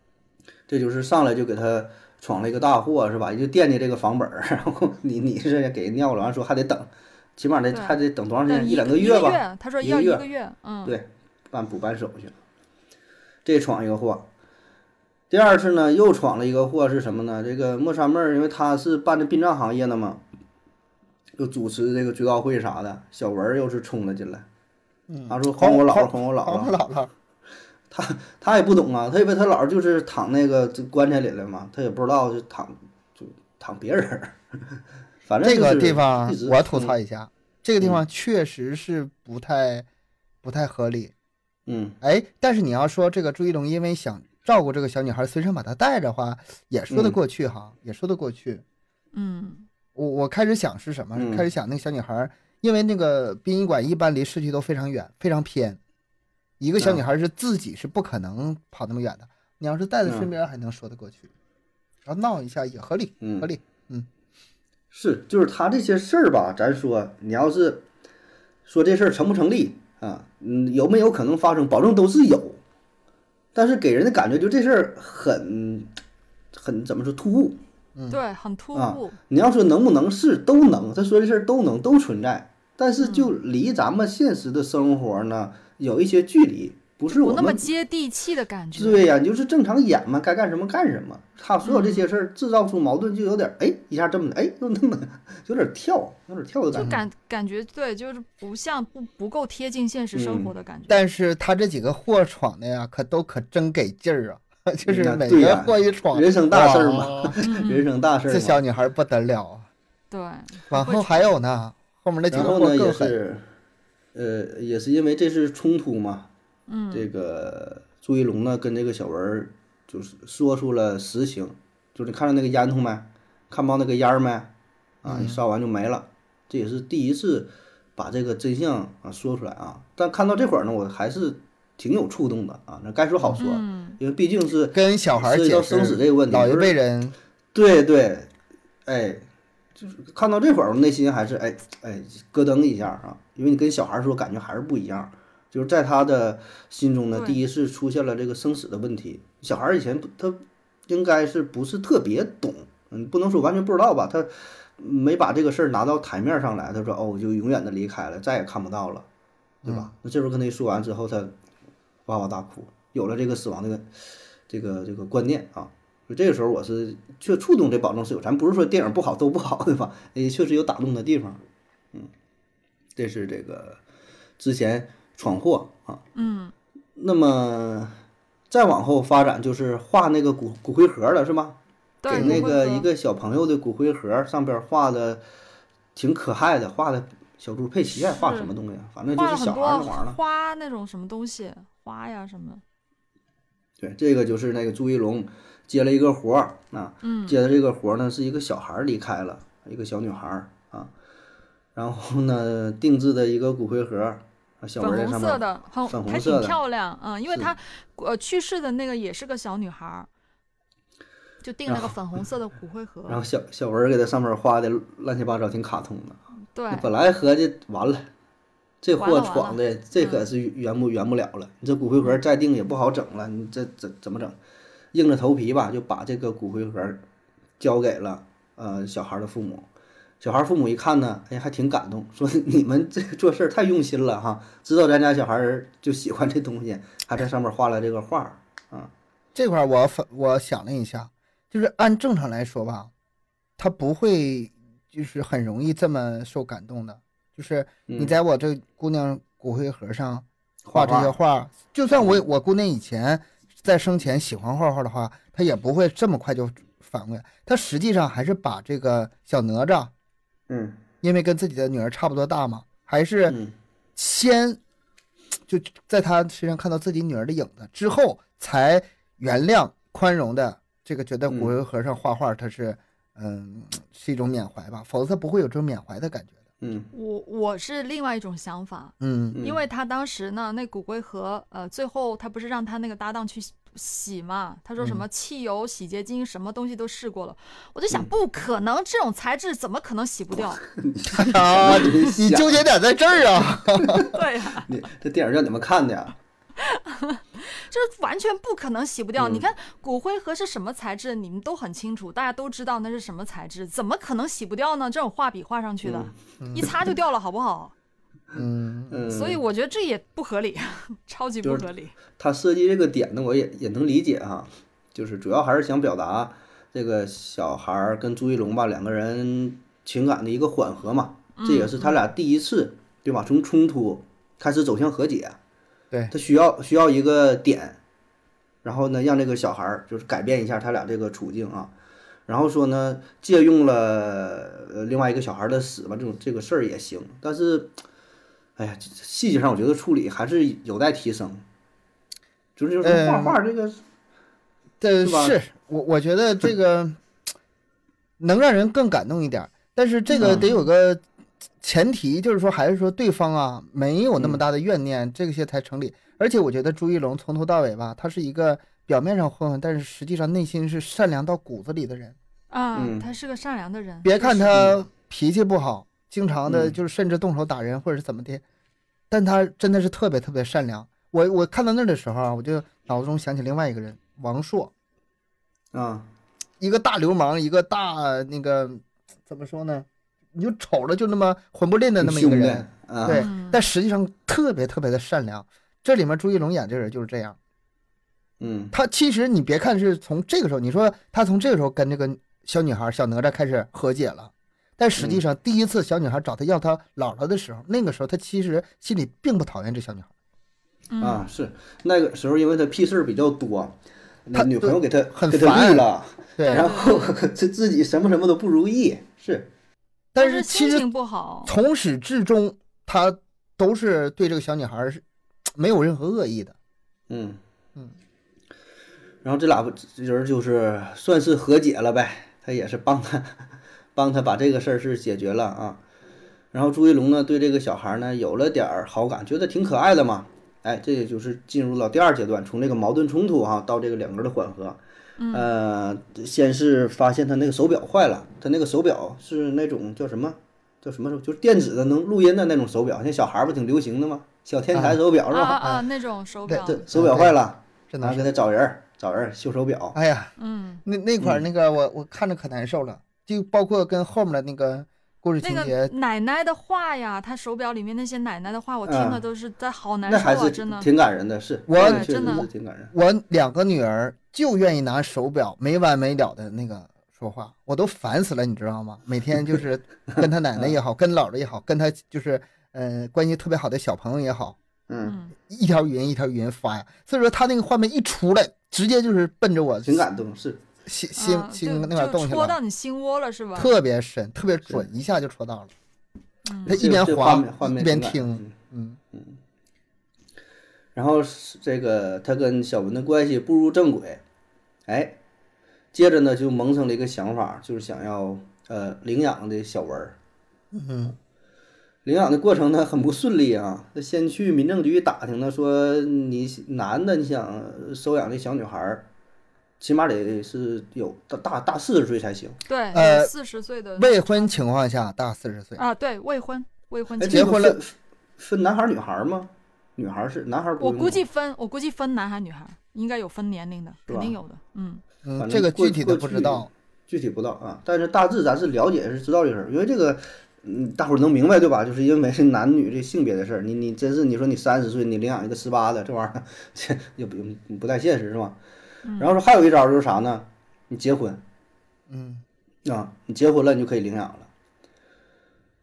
A: 这就是上来就给他闯了一个大祸，是吧？也就惦记这个房本儿， (laughs) 然后你你是给尿了，完说还得等，起码得
C: 对
A: 还得等多长时
C: 等
A: 间？
C: 一
A: 一两
C: 个
A: 个月吧，
C: 他说
A: 一
C: 要
A: 个
C: 一
A: 月
C: 个月，嗯，
A: 对办补办手续，这闯一个祸。第二次呢，又闯了一个祸是什么呢？这个莫三妹儿，因为她是办的殡葬行业的嘛，就主持这个追悼会啥的。小文儿又是冲了进来，
B: 嗯，
A: 他说还我姥姥，还我姥
B: 好
A: 姥。
B: 姥姥，
A: 他也不懂啊，他以为他姥儿就是躺那个棺材里了嘛，他也不知道就躺就躺别人儿， (laughs) 反正
B: 这
A: 就是
B: 个地方
A: 一直嗯
B: 我要吐
A: 冲
B: 槽一下，这个地方确实是不太不太合理。
A: 嗯
B: 哎，但是你要说这个朱一龙因为想照顾这个小女孩，随身把她带着的话，也说得
A: 嗯
B: 过去哈，也说得过去。
C: 嗯，
B: 我我开始想是什么？
A: 嗯
B: 开始想那个小女孩，因为那个殡仪馆一般离市区都非常远，非常偏，一个小女
A: 嗯
B: 孩是自己是不可能跑那么远的。你要是带在身
A: 嗯
B: 边，还能说得过去。然后闹一下也合理，
A: 嗯
B: 合理。
A: 是，就是他这些事儿吧，咱说你要是说这事儿成不成立啊，嗯，有没有可能发生，保证都是有，但是给人的感觉就这事儿很很怎么说突兀。
C: 对，很突
A: 啊
C: 兀，
A: 你要说能不能是都能，他说这事儿都能都存在，但是就
C: 嗯
A: 离咱们现实的生活呢有一些距离，不是
C: 不
A: 我
C: 那么
A: 们
C: 接地气的感觉。
A: 对呀、你就是正常演嘛，该干什么干什么。他所有这些事儿制造出矛盾，就有点儿哎一下这么的哎又那么 (laughs) 的有点儿跳，有点儿跳的感觉。
C: 就感感觉对，就是不像不不够贴近现
A: 嗯
C: 实生活
A: (laughs)
C: 的感觉。
B: 但是他这几个货闯的呀，可都可真给劲儿啊！ (laughs) 就是
A: 嗯那
B: 每
A: 对
B: 个
A: 呀
B: 货一闯，
A: 人生大事儿嘛，
B: 哇
C: 嗯
A: 人生大事儿
B: 这
A: 嘛。
B: 小女孩不得了啊！
C: 对，
B: 往后还有呢，后面那几
A: 然
B: 哎个货
A: 后呢，
B: 更
A: 也
B: 狠。
A: 是，呃，也是因为这是冲突嘛。
C: 嗯，
A: 这个朱一龙呢，跟这个小文儿就是说出了实情，就是你看到那个烟囱没？看到那个烟儿没？啊，
C: 嗯
A: 你烧完就没了。这也是第一次把这个真相啊说出来啊。但看到这会儿呢，我还是挺有触动的啊。那该说好说，
C: 嗯，
A: 因为毕竟是
B: 跟小孩
A: 涉及
B: 解
A: 到
B: 释
A: 生死这个问题
B: 老一
A: 就是
B: 辈人
A: 对对，哎，就是看到这会儿，我内心还是哎哎咯噔一下啊，因为你跟小孩儿说，感觉还是不一样。就是在他的心中呢，
C: 对
A: 第一次出现了这个生死的问题。小孩儿以前不，他应该是不是特别懂，嗯，不能说完全不知道吧，他没把这个事儿拿到台面上来。他说哦，我就永远的离开了，再也看不到了，对吧？那这时候跟他一说完之后，他哇哇大哭，有了这个死亡这个这个这个观念啊。就这个时候，我是却触动这保证是有，咱不是说电影不好都不好，对吧？也确实有打动的地方。嗯，这是这个之前闯祸啊。嗯。那么再往后发展就是画那个骨骨灰盒了，是吗？
C: 对
A: 给，
C: 骨
A: 那
C: 灰
A: 个
C: 盒
A: 一个小朋友的骨灰盒上边画的挺可爱的，画的小猪佩奇还画
C: 是
A: 什么东西啊？反正就
C: 画了
A: 是小
C: 很
A: 孩儿那玩意儿
C: 多
A: 了。
C: 花那种什么东西，花呀什么的。
A: 对，这个就是那个朱一龙接了一个活儿啊，
C: 嗯
A: 接的这个活儿呢是一个小孩儿离开了，一个小女孩儿啊，然后呢定制的一个骨灰盒儿，啊小
C: 粉
A: 文儿在
C: 红
A: 上
C: 色
A: 面，
C: 的，很
A: 粉红
C: 还
A: 色
C: 挺
A: 的
C: 漂亮，嗯，因为
A: 是
C: 她呃去世的那个也是个小女孩儿，就订了个粉红色的骨灰盒，
A: 然后小小文儿给他上面画的乱七八糟，挺卡通的。
C: 对
A: 那，本来合计完了，这
C: 完了
A: 货
C: 完
A: 闯
C: 了嗯
A: 的这可是圆不圆不了了，你这骨灰盒再定也不好整了，你这怎怎么整？硬着头皮吧，就把这个骨灰盒交给了呃小孩的父母。小孩父母一看呢，哎，还挺感动，说你们这做事儿太用心了哈，知道咱家小孩儿就喜欢这东西，还在上面画了这个画儿。
B: 这块，我反我想了一下，就是按正常来说吧，他不会就是很容易这么受感动的。就是你
A: 嗯
B: 在我这姑娘骨灰盒上
A: 画
B: 画这些
A: 画嗯
B: 画，就算我我姑娘以前在生前喜欢画画的话，她也不会这么快就反过来。她实际上还是把这个小哪吒，
A: 嗯
B: 因为跟自己的女儿差不多大嘛，还是
A: 嗯，
B: 先就在他身上看到自己女儿的影子之后，才原谅宽容的这个觉得
A: 嗯
B: 骨灰盒上画画，他是嗯是一种缅怀吧，否则他不会有这种缅怀的感觉的。
A: 嗯 (laughs)
C: 我我是另外一种想法，
B: 嗯，
C: 因为他当时呢，那骨灰盒，呃，最后他不是让他那个搭档去洗洗嘛？他说什
B: 嗯
C: 么汽油、洗洁精，什么东西都试过了。我就想，
A: 嗯
C: 不可能，这种材质怎么可能洗不掉？
B: 啊，你 (laughs) 你
A: 想
B: 纠结点在这儿啊，
C: 对呀、啊
A: 你这电影让你们看的呀？
C: 就是完全不可能洗不掉。你看骨灰盒是什么材质，你们都很清楚，大家都知道那是什么材质，怎么可能洗不掉呢？这种画笔画上去的，一擦就掉了，好不好？
B: 嗯，
A: 嗯，
C: (laughs) 所以我觉得这也不合理， (laughs) 超级不
A: 就是
C: 合理。
A: 他设计这个点呢，我也也能理解哈，就是主要还是想表达这个小孩儿跟朱一龙吧两个人情感的一个缓和嘛，这也是他俩第一次对吧？从冲突开始走向和解，啊
B: 对
A: 他需要需要一个点，然后呢让这个小孩儿就是改变一下他俩这个处境啊。然后说呢，借用了呃另外一个小孩儿的死吧，这种这个事儿也行，但是，哎呀，这细节上我觉得处理还是有待提升。就是就是画
B: 嗯
A: 画这个，
B: 这
A: 是吧
B: 呃是我我觉得这个能让人更感动一点儿，但是这个
A: 嗯
B: 得有个前提，就是说还是说对方啊
A: 嗯
B: 没有那么大的怨念，这些才成立。而且我觉得朱一龙从头到尾吧，他是一个表面上混混，但是实际上内心是善良到骨子里的人。
C: 啊，
A: 嗯
C: 他是个善良的人。
B: 别看
C: 确实
B: 他脾气不好，经常的
A: 嗯
B: 就是甚至动手打人或者是怎么的，但他真的是特别特别善良。我我看到那儿的时候啊，我就脑子中想起另外一个人，王朔，
A: 啊，
B: 一个大流氓，一个大那个怎么说呢？你就瞅着就那么混不吝的那么一
A: 挺
B: 个
A: 凶
B: 人，
A: 的啊，
B: 对
C: 嗯
B: 但实际上特别特别的善良。这里面朱一龙演这人就是这样，
A: 嗯
B: 他其实你别看是从这个时候，你说他从这个时候跟这个小女孩小哪吒开始和解了，但实
A: 嗯
B: 际上第一次小女孩找他要他姥姥的时候，那个时候他其实心里并不讨厌这小女孩，
C: 嗯
A: 啊是那个时候，因为他屁事儿比较多，那
B: 他
A: 女朋友给他
B: 很
A: 给他
B: 烦
A: 绿了，
C: 对
B: 对，
A: 然后 (laughs) 这自己什么什么都不如意，是
B: 但
C: 是
B: 是
C: 心
B: 其实
C: 情不好。
B: 从始至终他都是对这个小女孩是没有任何恶意的，
A: 嗯
B: 嗯。
A: 然后这俩人就是算是和解了呗，他也是帮他 (laughs) 帮他把这个事儿是解决了啊。然后朱一龙呢，对这个小孩呢有了点儿好感，觉得挺可爱的嘛。哎，这也就是进入到第二阶段，从这个矛盾冲突哈、到这个两个人的缓和。
C: 嗯
A: 呃，先是发现他那个手表坏了，他那个手表是那种叫什么，叫什么手，就是电子的能录音的那种手表，现在小孩儿不挺流行的吗？小天才手表
C: 啊
A: 是吧？
C: 啊
B: 哎
C: 啊，那种手表。
A: 对，手表坏了，
B: 真
A: 然
B: 的
A: 后给他
B: 是。
A: 找人儿，找人儿修手表。
B: 哎呀，
C: 嗯，
B: 那那块儿那个我我看着可难受了，就包括跟后面的那个故事情
C: 那个
B: 节，
C: 奶奶的话呀，他手表里面那些奶奶的话，我听
B: 嗯
A: 啊
C: 了都是在好难
A: 那还
C: 受啊，
A: 是
C: 真的。
A: 挺感人的，是，
B: 我
A: 那个确实
C: 真的
A: 是挺感人。
B: 我两个女儿就愿意拿手表没完没了的那个说话，我都烦死了，你知道吗？每天
A: (laughs)
B: 就是跟她奶奶也好，跟姥姥也好，跟她就是呃关系特别好的小朋友也好，
A: 嗯，
C: 嗯，
B: 一条语音一条语音发呀。所以说她那个画面一出来，直接就是奔着我
A: 挺感动，是，
B: 心心
C: 啊
B: 心
C: 就
B: 那块儿
C: 就
B: 动去
C: 戳
B: 了，
C: 到你心窝了是吧？
B: 特别深，特别准，一下就戳到了。
C: 嗯
B: 她一边
A: 这这
B: 滑
A: 画面画面
B: 一边
A: 挺感人
B: 听，
A: 嗯
B: 嗯，
A: 然后是这个他跟小文的关系步入正轨，哎，接着呢就萌生了一个想法，就是想要呃领养的小文。
B: 嗯，
A: 领养的过程呢很不顺利啊，那先去民政局打听呢，说你男的你想收养这小女孩儿，起码得是有大大大四十岁才行。
C: 对，
B: 呃
C: 四十岁的
B: 未婚情况下大四十岁，
C: 啊，对未婚未婚
A: 哎，
C: 妻
B: 结婚了
A: 这个分分男孩儿女孩儿吗？女孩儿是男孩儿不
C: 我
A: 用吗，
C: 估计分，我估计分男孩女孩，应该有分年龄的，
A: 是
C: 肯
A: 吧
C: 定有的。
B: (laughs)
C: 嗯，
B: 嗯，
A: 反
B: 这
A: 正
B: 个
A: 过
B: 具体的
A: 过
B: 不知
A: 去 (laughs)
B: 道。
A: 具体不到啊，但是大致咱是了解是知道这事儿，因为这个，嗯，大伙儿能明白对吧？就是因为是男女这性别的事儿，你你真是你说你三十岁你领养一个十八的，这玩意儿 (laughs) 这也不不太现实是吧？然后说还有一招儿就是啥呢？你结婚
B: 嗯，
A: 啊，你结婚了你就可以领养了。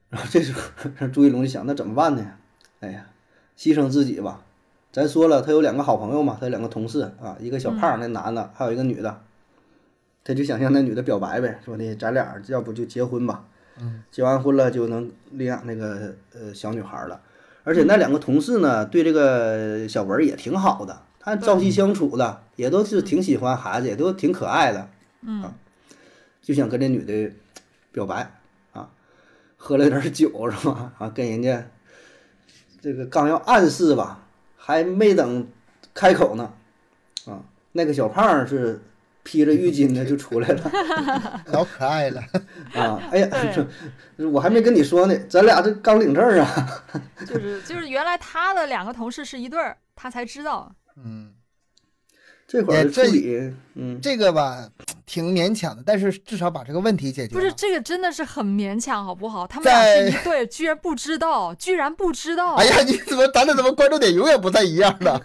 A: 然后这时候朱一龙就想，那怎么办呢？哎呀，牺牲自己吧。咱说了，他有两个好朋友嘛，他有两个同事啊，一个小胖儿那男的，还有一个女的。他就想向那女的表白呗，说的咱俩要不就结婚吧，
B: 嗯，
A: 结完婚了就能领养那个呃小女孩了。而且那两个同事呢，对这个小文儿也挺好的，他朝夕相处的，也都是挺喜欢孩子，也都挺可爱的，
C: 嗯
A: 啊就想跟这女的表白啊，喝了点儿酒是吧？啊，跟人家这个刚要暗示吧，还没等开口呢，啊，那个小胖儿是披着浴巾的就出来了。 (laughs)
B: 老可爱了。
A: 啊，哎呀，
C: (laughs) 对
A: 这我还没跟你说呢，咱俩这刚领证啊。
C: 就是就是原来他的两个同事是一对儿，他才知道。
B: 嗯，
A: 哎这会儿
B: 也
A: 处
B: 这
A: 理，嗯，
B: 这个吧，挺勉强的，但是至少把这个问题解决
C: 不
B: 了。
C: 是这个真的是很勉强，好不好？他们俩
B: 啊
C: 是
B: 在
C: 一对，居然不知道，居然不知道。
B: 哎呀，你怎么咱俩怎么关注点永远不太一样呢？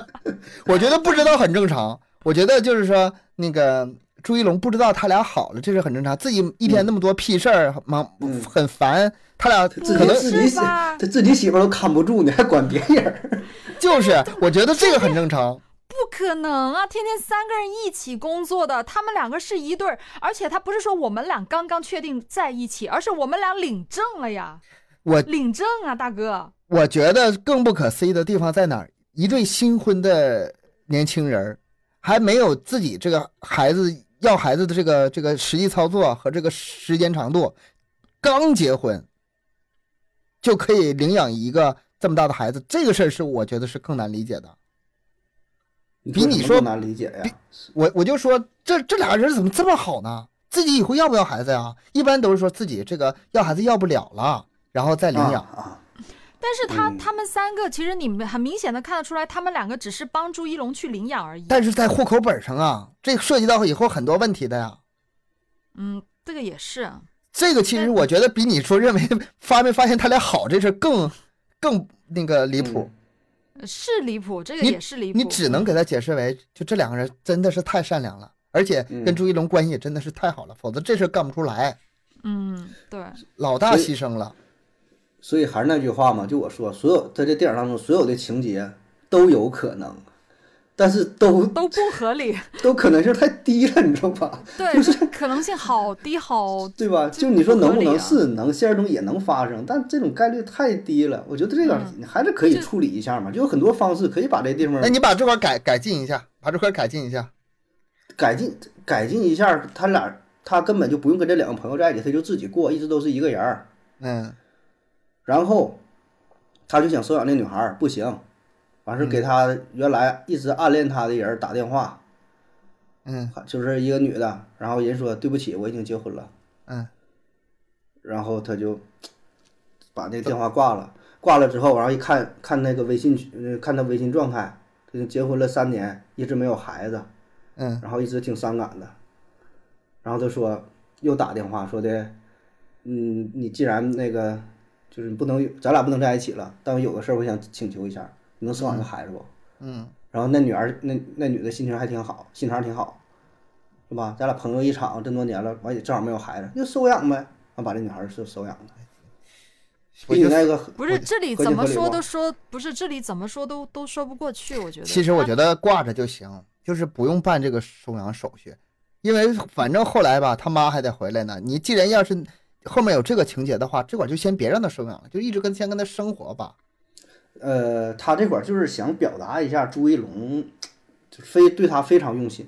B: (laughs) 我觉得不知道很正常。我觉得就是说，那个朱一龙不知道他俩好了，这是很正常。自己一天那么多屁事儿，忙、
A: 嗯
B: 很烦，他俩
A: 自
B: 可
A: 己
B: 能
A: 自己
C: 是
A: 媳
C: 吧
A: 他自己媳妇儿都看不住呢，还管别人儿。
B: 就是，我觉得这个很正常。
C: 不可能啊！天天三个人一起工作的，他们两个是一对儿，而且他不是说我们俩刚刚确定在一起，而是我们俩领证了呀！
B: 我
C: 领证啊，大哥！
B: 我觉得更不可思议的地方在哪儿？一对新婚的年轻人儿，还没有自己这个孩子要孩子的这个这个实际操作和这个时间长度，刚结婚就可以领养一个这么大的孩子，这个事儿是我觉得是更难理解的。比你
A: 什么
B: 说
A: 更难理解呀。
B: 我我就说这这俩人怎么这么好呢？自己以后要不要孩子呀？一般都是说自己这个要孩子要不了了，然后再领
A: 啊
B: 养。
A: 啊，
C: 但是他、
A: 嗯
C: 他们三个，其实你们很明显的看得出来，他们两个只是帮朱一龙去领养而已。
B: 但是在户口本上啊，这涉及到以后很多问题的呀。
C: 嗯，这个也是啊，
B: 这个其实
C: 但
B: 我觉得比你说认为发没发现他俩好这事儿更更那个离谱。
C: 是离谱，这个
B: 你
C: 也是离谱。
B: 你只能给他解释为，就这两个人真的是太善良了，而且跟
A: 嗯
B: 朱一龙关系也真的是太好了，否则这事儿干不出来。
C: 嗯，对，
B: 老大
A: 所以
B: 牺牲了，
A: 所以还是那句话嘛，就我说，所有在这电影当中，所有的情节都有可能，但是都 (laughs)
C: 都不合理，
B: (laughs)
A: 都可能性太低了，你知道吧？ (laughs)
C: 对，这可能性好低好。
A: 对吧？
C: 这
A: 就你说能不
C: 不合理
A: 能
C: 啊
A: 是能，现实中也能发生，但这种概率太低了。我觉得这个
C: 嗯
A: 你还是可以
C: 这
A: 处理一下嘛，就有很多方式可以把这地方
B: 那你把这块儿改改进一下，把这块儿改进一下。
A: 改进改进一下。他俩他根本就不用跟这两个朋友在一起，他就自己过，一直都是一个人儿。
B: 嗯，
A: 然后他就想收养那女孩儿，不行，完事儿
C: 嗯
A: 给他原来一直暗恋他的人儿打电话，
B: 嗯
A: 就是一个女的，然后人说对不起，我已经结婚了。
B: 嗯，
A: 然后他就把那电话挂了，挂了之后，然后一看看那个微信群，呃看他微信状态，他就结婚了三年，一直没有孩子，
B: 嗯，
A: 然后一直挺伤感的。然后他说又打电话说的，嗯，你既然那个就是不能，咱俩不能在一起了，但我有个事儿我想请求一下，你能生我这个孩子不？
B: 嗯，
A: 然后那女儿那那女的心情还挺好，心肠挺好，是吧？咱俩朋友一场，这么多年了，完也正好没有孩子，就收养呗，完把这女孩儿就收养了。
B: 我
A: 比你
B: 就
A: 那个
C: 不是这里
A: 合
C: 怎
A: 情
C: 么
A: 合理
C: 说
A: 吗
C: 都说不是这里怎么说都都说不过去，我觉得。
B: 其实我
C: 得
B: 觉得挂着就行，就是不用办这个收养手续，因为反正后来吧，他妈还得回来呢。你既然要是后面有这个情节的话，这会儿就先别让他收养了，就一直跟先跟他生活吧。
A: 呃，他这块儿就是想表达一下朱一龙，就非对他非常用心，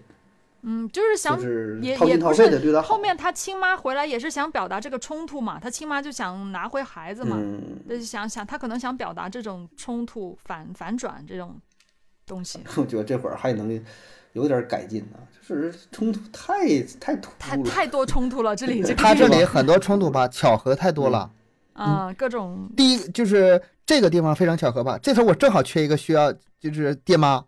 C: 嗯，就是想
A: 就是
C: 也
A: 掏
C: 也
A: 心掏
C: 不
A: 肺的对
C: 是
A: 他好
C: 后。面他亲妈回来也是想表达这个冲突嘛，他亲妈就想拿回孩子嘛，
A: 嗯， (laughs)
C: 就是想想他可能想表达这种冲突反反转这种东西，
A: 我觉得这会儿还能有点改进呢、就是冲突太太突
C: 太
A: 了。
C: 太多冲突了，这里这个
B: 他这
C: 电影
B: 里很多冲突吧，巧合太多了。
C: 啊、各种
B: 第一就是这个地方非常巧合吧，这头我正好缺一个需要，就是爹妈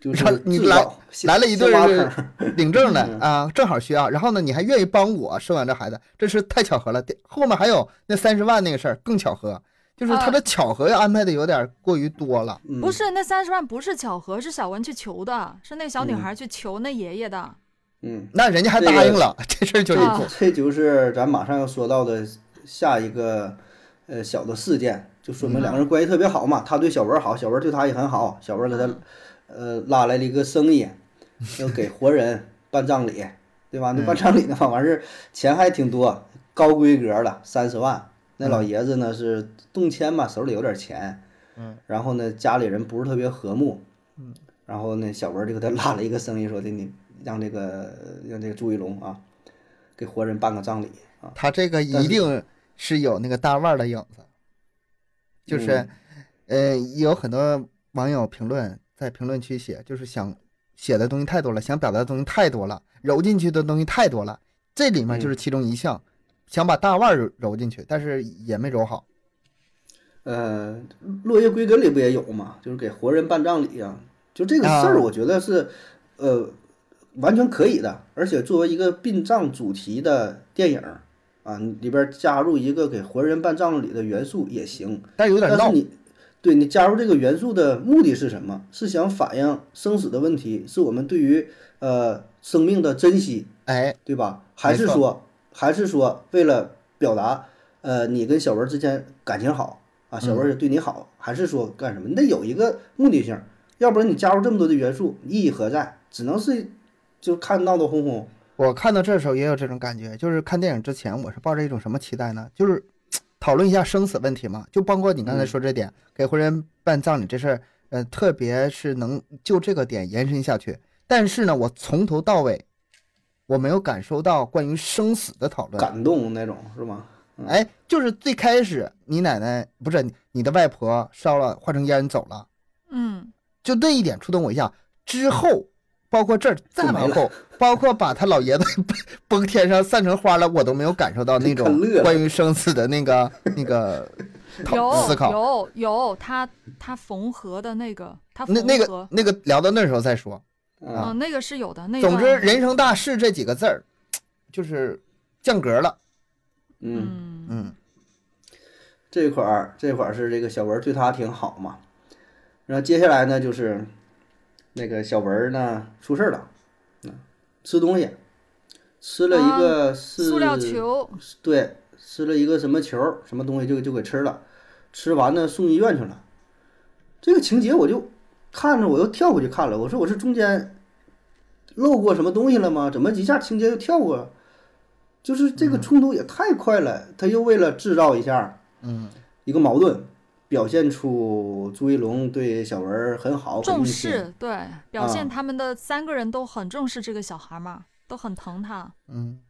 A: 就是
B: 然后你
A: 制
B: 来
A: 造
B: 来了一对
A: 先挖
B: 儿
A: 坑儿
B: 领证的
A: 嗯
B: 啊，正好需要。然后呢，你还愿意帮我收养这孩子，这是太巧合了。第后面还有那三十万那个事儿更巧合，就是他的巧合安排的有点过于多了。
A: 嗯
C: 不是那三十万不是巧合，是小文去求的，是那小女
A: 嗯
C: 孩去求那爷爷的，
A: 嗯，
B: 那人家还答应了， (laughs) 这事儿就
A: 这
B: 离
C: 啊
B: 谱。
A: 这就是咱马上要说到的下一个呃小的事件，就说明两个人关系特别好嘛。他对小文好，小文对他也很好，小文给他呃
C: 嗯
A: 拉来了一个生
B: (laughs)
A: 意，要给活人办葬礼，对吧？那
B: 嗯
A: 办葬礼的话，完事儿钱还挺多，高规格的三十万。那老爷子呢是动迁嘛，手里有点钱，
B: 嗯，
A: 然后呢家里人不是特别和睦，
B: 嗯，
A: 然后呢小文就给他拉了一个生意，说的你让这个让这个朱一龙啊，给活人办个葬礼啊，
B: 他这个一定是有那个大腕儿的影子，
A: 嗯
B: 就是，呃，有很多网友评论在评论区写，就是想写的东西太多了，想表达的东西太多了，揉进去的东西太多了，这里面就是
A: 嗯
B: 其中一项，想把大腕儿揉揉进去，但是也没揉好。
A: 呃，落叶归根里不也有嘛，就是给活人办葬礼啊，就这个事儿，
B: 啊
A: 我觉得是，呃，完全可以的，而且作为一个殡葬主题的电影儿啊，你里边儿加入一个给活人办葬礼的元素也行，
B: 但是有点
A: 但
B: 闹
A: 是，你对你加入这个元素的目的是什么？是想反映生死的问题，是我们对于呃生命的珍惜，
B: 哎，
A: 对吧？还是
B: 没错
A: 说，还是说为了表达呃你跟小文之间感情好啊，小
B: 嗯
A: 文也对你好，还是说干什么？你得有一个目的性，要不然你加入这么多的元素，意义何在？只能是就看闹闹哄哄。
B: 我看到这时候也有这种感觉，就是看电影之前我是抱着一种什么期待呢？就是讨论一下生死问题嘛，就包括你刚才说这点，给活人办葬礼这事儿，呃，特别是能就这个点延伸下去。但是呢，我从头到尾我没有感受到关于生死的讨论。
A: 感动那种是吗？
B: 哎，就是最开始你奶奶不是你的外婆烧了化成烟走了，
C: 嗯
B: 就那一点触动我一下。之后，包括这儿再
A: 就没
B: 往
A: 了
B: 后，包括把他老爷子 (laughs) 崩天上散成花了，我都没有感受到那
A: 看
B: 种
A: 乐了
B: 关于生死的
A: (laughs)
B: 那个那个
C: 有
B: 讨思考。
C: 有有，他他缝合的那个，他缝
B: 那
C: 合
B: 那个那个聊到那时候再说。
C: 嗯、
A: 啊，
C: 那个是有的。那
B: 总之，
C: 段
B: 人生大事这几个字儿，就是降格了。
A: 嗯，
C: 嗯
B: 嗯，
A: 这块儿这块儿是这个小文对他挺好嘛，然后接下来呢就是那个小文呢出事儿了，嗯，吃东西，吃了一个是、
C: 啊
A: 哦
C: 塑料球，
A: 对，吃了一个什么球儿，什么东西就就给吃了，吃完呢送医院去了。这个情节我就看着我又跳过去看了，我说我是中间漏过什么东西了吗？怎么一下情节又跳过了？就是这个冲突也太快了，他又为了制造一下，
B: 嗯，
A: 一个矛盾，表现出朱一龙对小文儿很好，很
C: 重
A: 用心
C: 视，对，表
A: 啊
C: 现他们的三个人都很重视这个小孩嘛，都很疼他。
B: 嗯，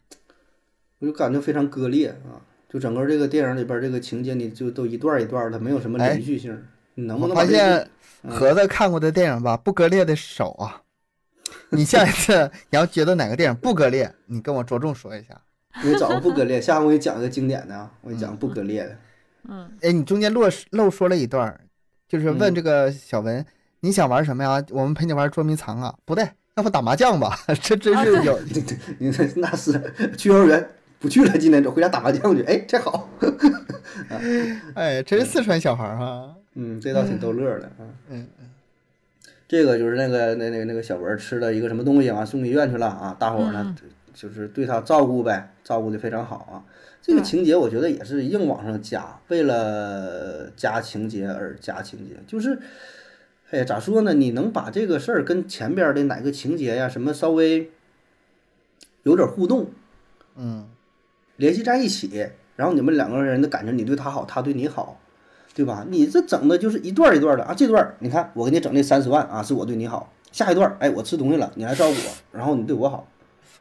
A: 我就感觉非常割裂啊！就整个这个电影里边儿这个情节，你就都一段儿一段儿的，没有什么
B: 哎
A: 连续性。你能不
B: 我
A: 能把
B: 发
A: 这个
B: 现
A: 嗯
B: 盒子看过的电影吧，不割裂的少
A: (laughs)
B: 啊。你下一次你要觉得哪个电影不割裂，你跟我着重说一下。
A: 我找个不割裂，下回我给你讲一个经典的啊，我给你讲个不割裂的。 (laughs)
C: 嗯，
B: 哎，你中间落漏说了一段儿，就是问
A: 嗯
B: 这个小文、你想玩什么呀？我们陪你玩捉迷藏啊？不对，要不打麻将吧？ (laughs) 这真
C: 啊
B: 是
A: (laughs)
C: 对
B: 有、
A: 你这那是去幼儿园不去了，今天走回家打麻将去。哎，这好，
B: 哎，真是四川小孩儿、哈。
A: 嗯，这倒挺逗乐的啊。
B: 嗯，
A: 这个就是那个那那个那个小文吃了一个什么东西啊，送医院去了啊。大伙儿呢、就是对他照顾呗，照顾的非常好啊。这个
C: 对
A: 情节我觉得也是硬往上加，为了加情节而加情节，就是。哎呀，咋说呢？你能把这个事儿跟前边儿的哪个情节呀，什么稍微有点儿互动，
B: 嗯，
A: 联系在一起，然后你们两个人的感情，你对他好，他对你好，对吧？你这整的就是一段儿一段儿的啊，这段儿你看我给你整那三十万啊，是我对你好，下一段儿哎我吃东西了，你来照顾我，然后你对我好，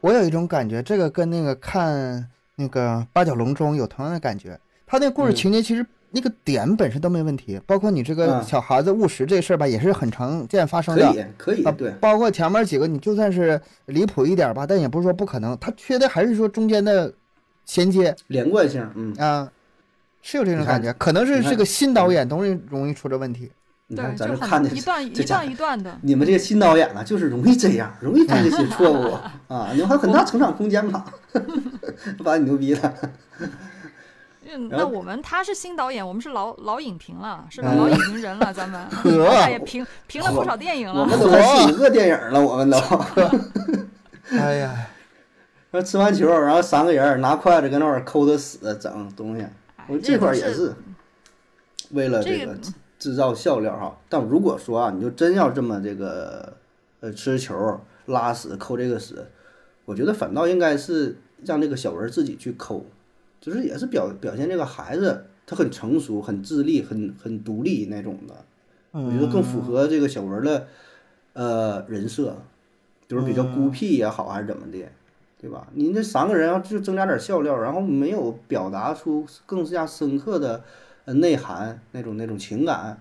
B: 我有一种感觉，这个跟那个看那个《八角笼中》有同样的感觉。他那故事
A: 嗯
B: 情节其实那个点本身都没问题，包括你这个
A: 嗯
B: 小孩子误食这事儿吧，也是很常见发生
A: 可
B: 的。
A: 以可以
B: 啊，
A: 对，
B: 包括前面几个，你就算是离谱一点吧，但也不是说不可能。他缺的还是说中间的衔接
A: 连贯性，嗯，
B: 啊，是有这种
A: 你看
B: 感觉。可能是
A: 你看
B: 这个新导演容易容易出这问题。
A: 你
C: 对，
A: 看咱
C: 就
A: 这看的
C: 很
A: (laughs)
C: 一段
A: 这
C: 一
A: 家
C: 段一段的。
A: 你们这个新导演呢，就是容易这
C: (laughs)
A: 样，容易犯这些错误啊！你们还有很大成长空间嘛， (laughs) 把你牛逼了。
C: 嗯，
A: 然
C: 那
A: 后
C: 我们他是新导演，我们是老老影评了，是吧？
A: 嗯
C: 老影评人了，
A: (laughs)
C: 咱们
B: 呵
C: 哎也评评了不少电影
A: 我
C: 了。
A: 们都看四五个电影了，我们都。 (laughs)
B: 哎呀，
A: 然后吃完球，然后三个人拿筷子搁那块儿抠着屎整东西。
C: 哎
A: 我
C: 这
A: 这块儿
C: 都
A: 也是为了
C: 这
A: 这个
C: 个
A: 制制造笑料哈。但如果说啊，你就真要这么这个呃吃球、拉屎、抠这个屎，我觉得反倒应该是让这个小文自己去抠，就是也是表表现这个孩子他很成熟、很自立、很很独立那种的。
B: 嗯
A: 我觉得更符合这个小文的呃人设，就是比较孤僻也好还是怎么的，对吧？您这三个人要就增加点笑料，然后没有表达出更加深刻的呃内涵那种那种情感，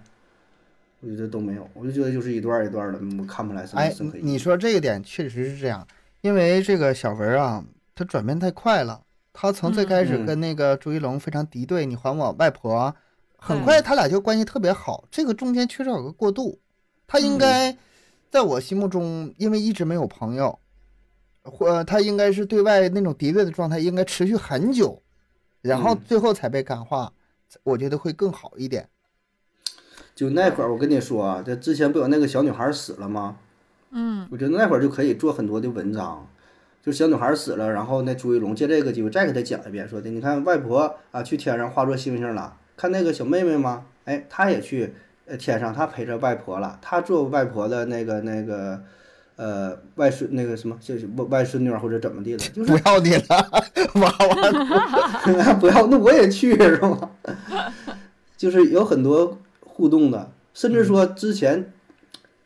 A: 我觉得都没有。我就觉得就是一段儿一段儿的，嗯我看不出来什么
B: 哎，
A: 深
B: 你
A: 刻意义。
B: 你说这一点确实是这样，因为这个小文儿啊，他转变太快了。他从最开始
A: 嗯嗯
B: 跟那个朱一龙非常敌对，你还我外婆，很
C: 对
B: 快他俩就关系特别好。这个中间缺少有个过渡，他应
C: 嗯
B: 该在我心目中，因为一直没有朋友，或他应该是对外那种敌对的状态应该持续很久，然后
A: 嗯
B: 最后才被感化，我觉得会更好一点。
A: 就那会儿，我跟你说啊，这之前不有那个小女孩死了吗？
C: 嗯，
A: 我觉得那会儿就可以做很多的文章，就是小女孩死了，然后那朱一龙借这个机会再给她讲一遍，说的你看外婆啊去天上化作星星了，看那个小妹妹吗？哎，她也去呃天上，她陪着外婆了，她做外婆的那个那个呃外孙那个什么就是外外孙女儿或者怎么地的，就是
B: 不要你了，娃娃。
A: (laughs) 不要，那我也去是吗？ (laughs) 就是有很多互动的，甚至说
C: 嗯
A: 之前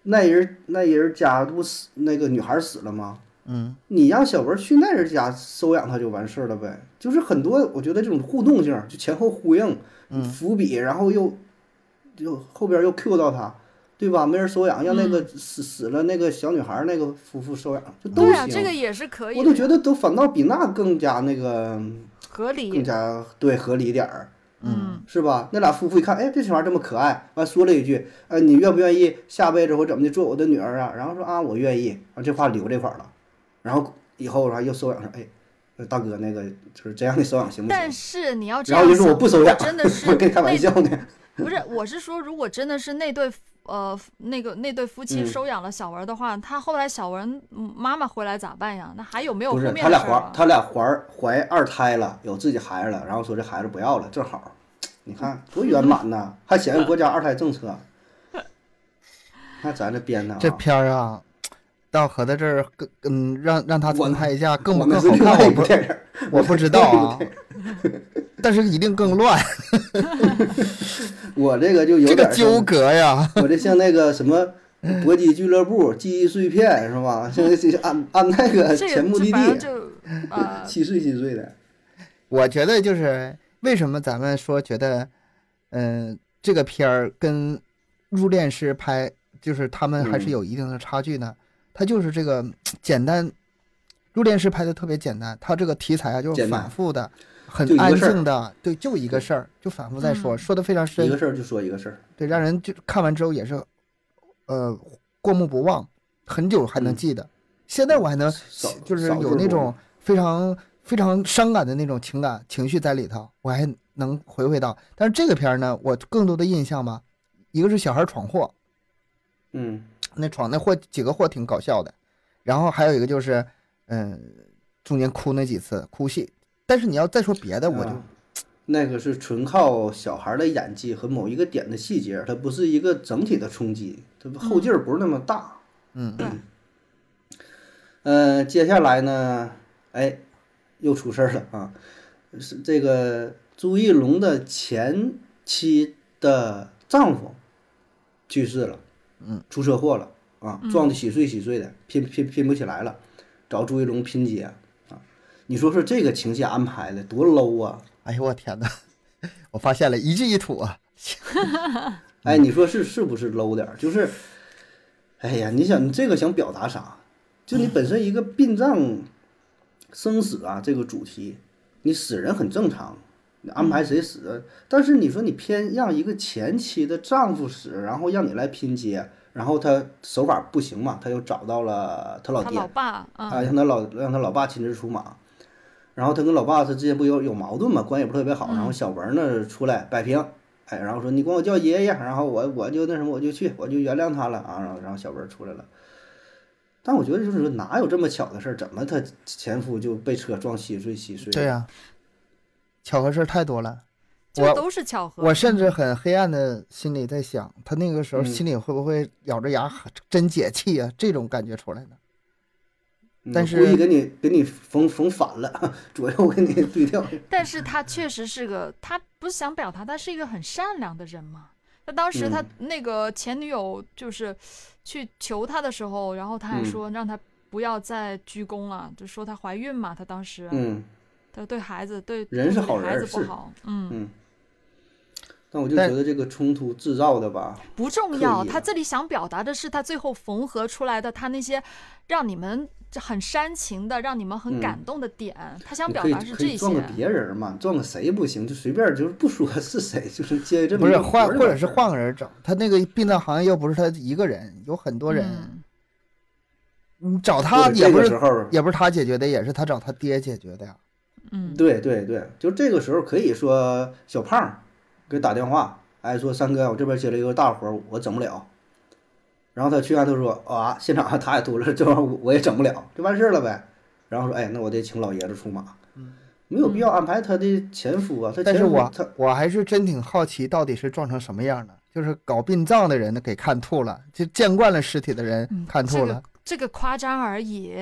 A: 那人那人家不死那个女孩死了吗？
B: 嗯，
A: 你让小文去那人家收养她就完事儿了呗。就是很多我觉得这种互动性，
C: 嗯
A: 就前后呼应，伏笔，然后又又后边又 Q 到他，对吧？没人收养，让那
C: 嗯
A: 个死死了那个小女孩儿那个夫妇收养，就都
C: 对啊，
A: 行。
C: 这个也是可以的呀，
A: 我都觉得都反倒比那更加那个
C: 合
A: 更
C: 理，
A: 加对合理点儿，
C: 嗯，
A: 是吧？那俩夫妇一看，哎，这小孩这么可爱，完说了一句，呃，你愿不愿意下辈子或怎么的做我的女儿啊？然后说啊，我愿意。啊，这话留这块儿了，然后以后然后又收养上，哎，呃大哥那个就是这样的收养行不
C: 但
A: 行？
C: 是你要这
A: 嗯然
C: 样
A: 后
C: 想，
A: 就说我不收养，
C: 真的
A: (laughs)
C: 是
A: 我跟你开玩
C: 那
A: 笑呢。 (laughs)
C: 不是，我是说，如果真的是那对夫呃那个那对夫妻
A: 嗯
C: 收养了小文儿的话，他后来小文嗯妈妈回来咋办呀？那还有没有
A: 不
C: 后
A: 是，
C: 面的
A: 他俩
C: 事儿
A: 怀
C: 啊？
A: 他俩怀怀二胎了，有自己孩子了，然后说这孩子不要了，正好，你看多圆满呐，还响应国家二胎政策。那咱这编的啊，
B: 这片儿啊，到合在这儿更嗯，让让他
A: 我
B: 重拍一下更
A: 我
B: 不
A: 们
B: 更
A: 是
B: 好
A: 另
B: 看，
A: 外
B: 我
A: 一部
B: 不
A: 电影儿，
B: 我不知道啊， (laughs) 但是一定更乱，
A: (laughs) 我这个就有
B: 这
A: 点
B: 个
A: 儿
B: 纠葛呀，
A: 像，我这像那个什么。搏击俱乐部、记忆碎片是吧？像像按按那个
C: 这
A: 前
C: 个
A: 目
C: 这
A: 的
C: 反
A: 地，
C: 正就
A: (laughs)
C: 呃
A: 七岁七岁的，
B: 我觉得就是为什么咱们说觉得，嗯、这个片儿跟《入殓师》拍就是他们还是
A: 嗯
B: 有一定的差距呢？它就是这个简单，《入殓师》拍的特别简单，它这个题材啊就是
A: 简单
B: 反复的，很
A: 就一个
B: 安
A: 事儿
B: 静的，对，就一个事儿，就反复在说，
C: 嗯
B: 说的非常深
A: 一个，事儿就说一个事儿。
B: 对，让人就看完之后也是，呃，过目不忘，很久还能
A: 嗯
B: 记得。现在我还能
A: 少
B: 就是
A: 少
B: 有
A: 数
B: 那
A: 我
B: 种非常非常伤感的那种情感情绪在里头，我还能回味到。但是这个片儿呢，我更多的印象吧，一个是小孩闯祸，
A: 嗯，
B: 那闯那祸几个祸挺搞笑的，然后还有一个就是，嗯，中间哭那几次哭戏。但是你要再说别的，我就
C: 嗯
A: 啊那个是纯靠小孩儿的演技和某一个点的细节，它不是一个整体的冲击，它不后劲儿不是那么大。
B: 嗯
C: 对
A: 呃，接下来呢，哎，又出事儿了啊！是这个朱一龙的前妻的丈夫去世了，
B: 嗯，
A: 出车祸了啊，撞得稀碎稀碎的，拼拼拼不起来了，找朱一龙拼接啊！你说说这个情节安排的多 low 啊！
B: 哎呦我天哪， (laughs) 我发现了一进一吐啊，
A: 哎，你说是是不是 low 点儿？就是，哎呀，你想你这个想表达啥？就你本身一个殡葬、生死啊这个主题，你死人很正常，你安排谁死，但是你说你偏让一个前妻的丈夫死，然后让你来拼接，然后他手法不行嘛，他又找到了他老
C: 他
A: 爹，
C: 老爸嗯
A: 啊，让他老让他老爸亲自出马，然后他跟老爸他之间不有有矛盾嘛，关系不是特别好，然后小文呢出来摆平，哎，然后说你管我叫爷爷，然后我我就那什么我就去我就原谅他了啊，然后然后小文出来了，但我觉得就是说哪有这么巧的事儿，怎么他前夫就被车撞稀碎稀碎？
B: 对啊呀、巧合事儿太多了。
C: 就
B: 我
C: 都是巧合。
B: 我甚至很黑暗的心里在想，他那个时候
A: 嗯
B: 心里会不会咬着牙真解气啊？这种感觉出来呢？
A: 嗯
B: 但
A: 故
B: 是
A: 意给你给你缝缝反了， (laughs) 左右给你对调。
C: 但是他确实是个，他不是想表达他是一个很善良的人嘛。他当时他
A: 嗯
C: 那个前女友就是去求他的时候，然后他还
A: 嗯
C: 说让他不要再鞠躬了，就说她怀孕嘛，她当时啊
A: 嗯
C: 她对孩子对
A: 人是
C: 对
A: 好人
C: 孩子不
A: 是
C: 好，嗯，
A: 嗯，但我就觉
B: 但
A: 得这个冲突制造的吧，
C: 不重
A: 刻
C: 要。
A: 意
C: 他
A: 的
C: 这里想表达的是，他最后缝合出来的，他那些让你们很煽情的、让你们很
A: 嗯
C: 感动的点，他想
A: 你
C: 表
A: 可以
C: 达是
A: 可
C: 这
A: 以
C: 些嗯
A: 撞。个别人嘛，撞个谁不行，就随便就是不说 (laughs) 是谁，就是接这么
B: 不
A: 一
B: 是
A: 个活
B: 换，
A: 儿
B: 或
A: 就完
B: 者是
A: 事儿
B: 换个人整。他那个殡葬行业又不是他一个人，有很多人，
C: 嗯
B: 你找
A: 或
B: 他
A: 者
B: 也
A: 这
B: 不
A: 个
B: 是、
A: 时候，
B: 也不是他解决的，也是他找他爹解决的呀。
C: 嗯，
A: 对对对，就这个时候可以说小胖儿给打电话，哎，说三哥，我这边接了一个大活儿，我整不了。然后他去完，他说啊，现场他也秃了，这玩意儿我我也整不了，就完事儿了呗。然后说，哎，那我得请老爷子出马，没
C: 嗯
A: 有必要安排他的前夫啊，他
B: 嗯但
A: 前
B: 是
A: 夫
B: 我
A: 他
B: 我还是真挺好奇，到底是撞成什么样的？就是搞殡葬的人给看吐了，就见惯了尸体的人
C: 嗯
B: 看
C: 这
B: 吐
C: 个
B: 了。
C: 这个夸张而已。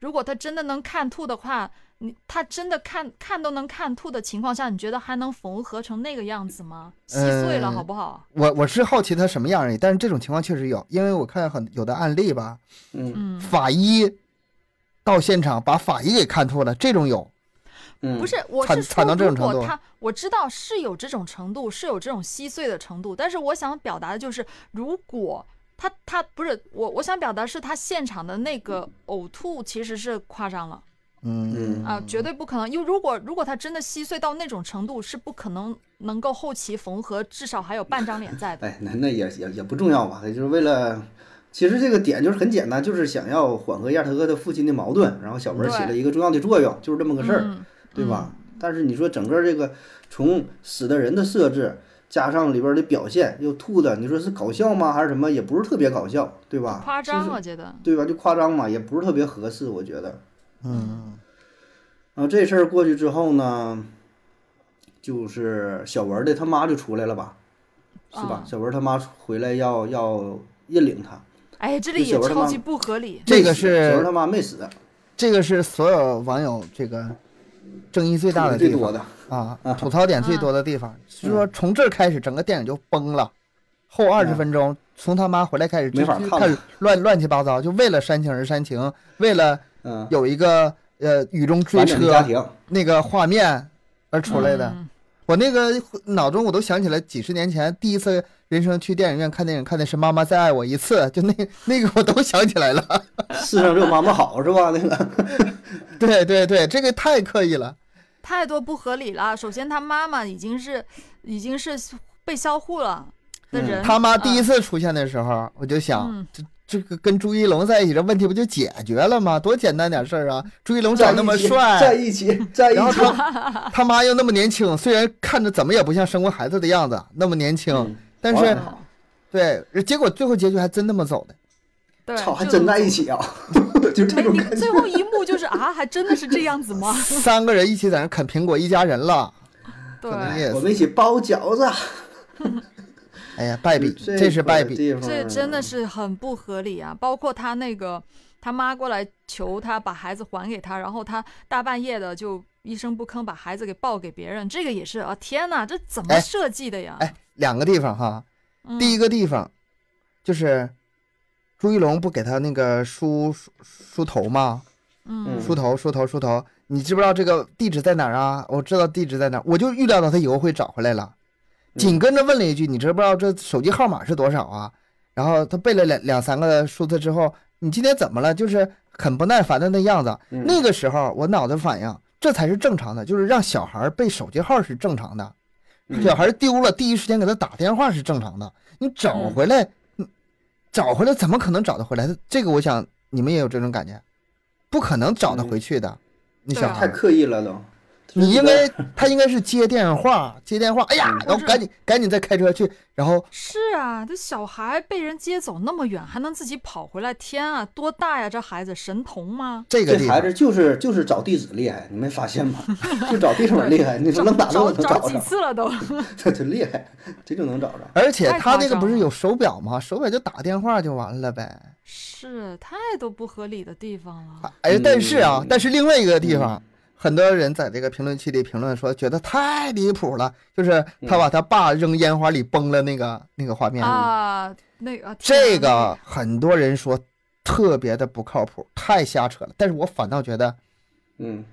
C: 如果他真的能看吐的话，你他真的看看都能看吐的情况下，你觉得还能缝合成那个样子吗？稀碎
A: 呃
C: 了，
B: 嗯
C: 好不好？
B: 我我是好奇他什么样而已，但是这种情况确实有，因为我看很有的案例吧，
A: 嗯
C: 嗯，
B: 法医到现场把法医给看吐了，这种有，
A: 嗯，
C: 不是，我
B: 惨
C: 是说，
B: 惨到这
C: 如
B: 种程
C: 果
B: 度
C: 他我知道是有这种程度，是有这种稀碎的程度，但是我想表达的就是，如果他他不是我，我想表达是他现场的那个呕吐其实是夸张了
B: 嗯
A: 嗯
C: 啊，绝对不可能。因为如果如果他真的稀碎到那种程度，是不可能能够后期缝合，至少还有半张脸在的。
A: 哎，那那也也也不重要吧，就是为了，其实这个点就是很简单，就是想要缓和亚特哥的父亲的矛盾，然后小文起了一个重要的作用，就是这么个事儿，
C: 嗯
A: 对吧？但是你说整个这个从死的人的设置，加上里边的表现，又吐的，你说是搞笑吗？还是什么？也不是特别搞笑，对吧？
C: 夸张，
A: 就是
C: 我觉得。
A: 对吧？就夸张嘛，也不是特别合适，我觉得。
B: 嗯
A: 然后这事儿过去之后呢，就是小文的他妈就出来了吧，是吧？
C: 啊
A: 小文他妈回来要要认领他，
C: 哎，这
A: 这
C: 里
A: 小
C: 也
A: 文他妈
C: 超级不合理。
B: 这个
A: 没死
B: 是
A: 小文他妈没死，
B: 这个是所有网友这个争议最大的
A: 最
B: 地方
A: 多的。
B: 啊
A: 啊，
B: 吐槽点最多的地方，就是说从这儿开始整个电影就崩了，后二十
A: 嗯
B: 分钟从他妈回来开始就
A: 没法
B: 就
A: 看
B: 开
A: 了
B: 始乱乱七八糟，就为了煽情而煽情，为了
A: 嗯，
B: 有一个呃雨中追
A: 完整的家
B: 车
A: 庭，
B: 那个画面而出来的。
C: 嗯
B: 我那个脑中我都想起来，几十年前第一次人生去电影院看电影，看的是《妈妈再爱我一次》， (laughs) 就那那个我都想起来了。
A: 世上只有妈妈好是吧？那个，
B: (laughs) 对对对，这个太刻意了。
C: 太多不合理了。首先，他妈妈已经是已经是被销户了的
A: 嗯
C: 人，
B: 他妈第一
C: 嗯
B: 次出现的时候，我就想，
C: 嗯
B: 这这个跟朱一龙在一起，这问题不就解决了吗？多简单点事儿啊！朱一龙长那么
A: 在
B: 帅，
A: 一起，在一
B: 然后
A: 起。
B: (laughs)
A: 嗯
B: 他他妈又那么年轻，虽然看着怎么也不像生过孩子的样子，那么年轻，
A: 嗯
B: 但
A: 保
B: 是
A: 养好
B: 对，结果最后结局还真那么走的。
C: 对，
A: 操，还
C: 就
A: 真在一起啊！ (laughs) 就这
C: 哎，
A: 种
C: 你
A: 感觉
C: 最。后一幕就是啊，还真的是这样子吗？
B: 三个人一起在那啃苹果，一家人了。
C: 对，
B: 可能也
A: 我们一起包饺子，
B: 哎呀，败笔，
A: 这
B: 这是败笔。
A: 地方
C: 这真的是很不合理啊！包括他那个他妈过来求他把孩子还给他，然后他大半夜的就一声不吭把孩子给抱给别人，这个也是啊！天哪，这怎么
B: 哎
C: 设计的呀？
B: 哎，两个地方哈，
C: 嗯
B: 第一个地方就是朱一龙不给他那个梳梳梳头吗？
C: 嗯
B: 梳头，梳头，梳头。你知不知道这个地址在哪儿啊？我知道地址在哪儿，我就预料到他以后会找回来了。
C: 嗯
B: 紧跟着问了一句：“你知不知道这手机号码是多少啊？”然后他背了两两三个数字之后，你今天怎么了？就是很不耐烦的那样子。啊
A: 嗯
B: 那个时候我脑子反应，这才是正常的，就是让小孩背手机号是正常的，
A: 嗯
B: 小孩丢了第一时间给他打电话是正常的。你找
A: 嗯
B: 回来，你找回来怎么可能找得回来？这个我想你们也有这种感觉，不可能找得回去的。
C: 嗯
B: 你
C: 对
B: 小
C: 啊
A: 太
B: 孩儿，
A: 刻意了都。
B: 你应该他应该是接电话，接电话，
C: 嗯
B: 哎呀，然后赶紧赶紧再开车去，然后
C: 是啊，这小孩被人接走那么远，还能自己跑回来，天啊，多大呀？这孩子神童吗？
B: 这个
A: 这
B: 地
A: 孩
B: 方
A: 子就是就是找地址厉害，你没发现吗？ (laughs) 就找地方厉害，你说
C: 找
A: 能打动
C: 找
A: 能
C: 找
A: 找 (laughs)
C: 几
A: 着，
C: 次了都， (laughs)
A: 这这厉害，这就能找着。
B: 而且
C: 太
B: 他
C: 夸
B: 那个
C: 张
B: 不是
C: 了
B: 有手表吗？手表就打电话就完了呗。
C: 是太多不合理的地方了。
B: 哎，但是啊
A: 嗯，
B: 但是另外一个地方，很多人在这个评论区里评论说，觉得太离谱了，就是
A: 嗯
B: 他把他爸扔烟花里崩了那个那个画面，
C: 啊，那个啊天
B: 哎这
C: 哪
B: 个很多人说特别的不靠谱，太瞎扯了。但是我反倒觉得，
A: 嗯，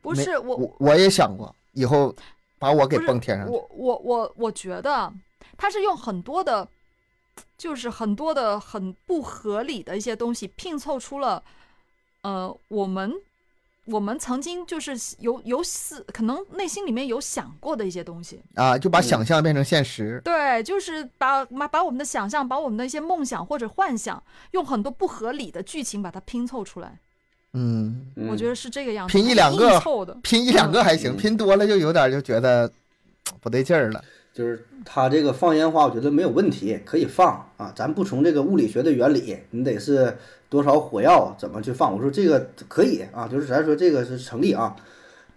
C: 不
B: 没
C: 是我
B: 我我也想过以后把我给
C: 不是
B: 蹦天上去。
C: 我我我我觉得他是用很多的，就是很多的很不合理的一些东西拼凑出了，呃，我们我们曾经就是有有思，可能内心里面有想过的一些东西。
B: 啊，就把
A: 嗯
B: 想象变成现实。
C: 对，就是把把把我们的想象，把我们的一些梦想或者幻想，用很多不合理的剧情把它拼凑出来。
B: 嗯，
A: 嗯
C: 我觉得是这个样子，
B: 拼一
C: 它是
B: 两个
C: 硬凑的。
B: 拼一两个还行，
A: 嗯
B: 拼多了就有点就觉得不对劲儿了。
A: 就是他这个放烟花，我觉得没有问题，可以放啊。咱不从这个物理学的原理，你得是多少火药怎么去放。我说这个可以啊，就是咱说这个是成立啊，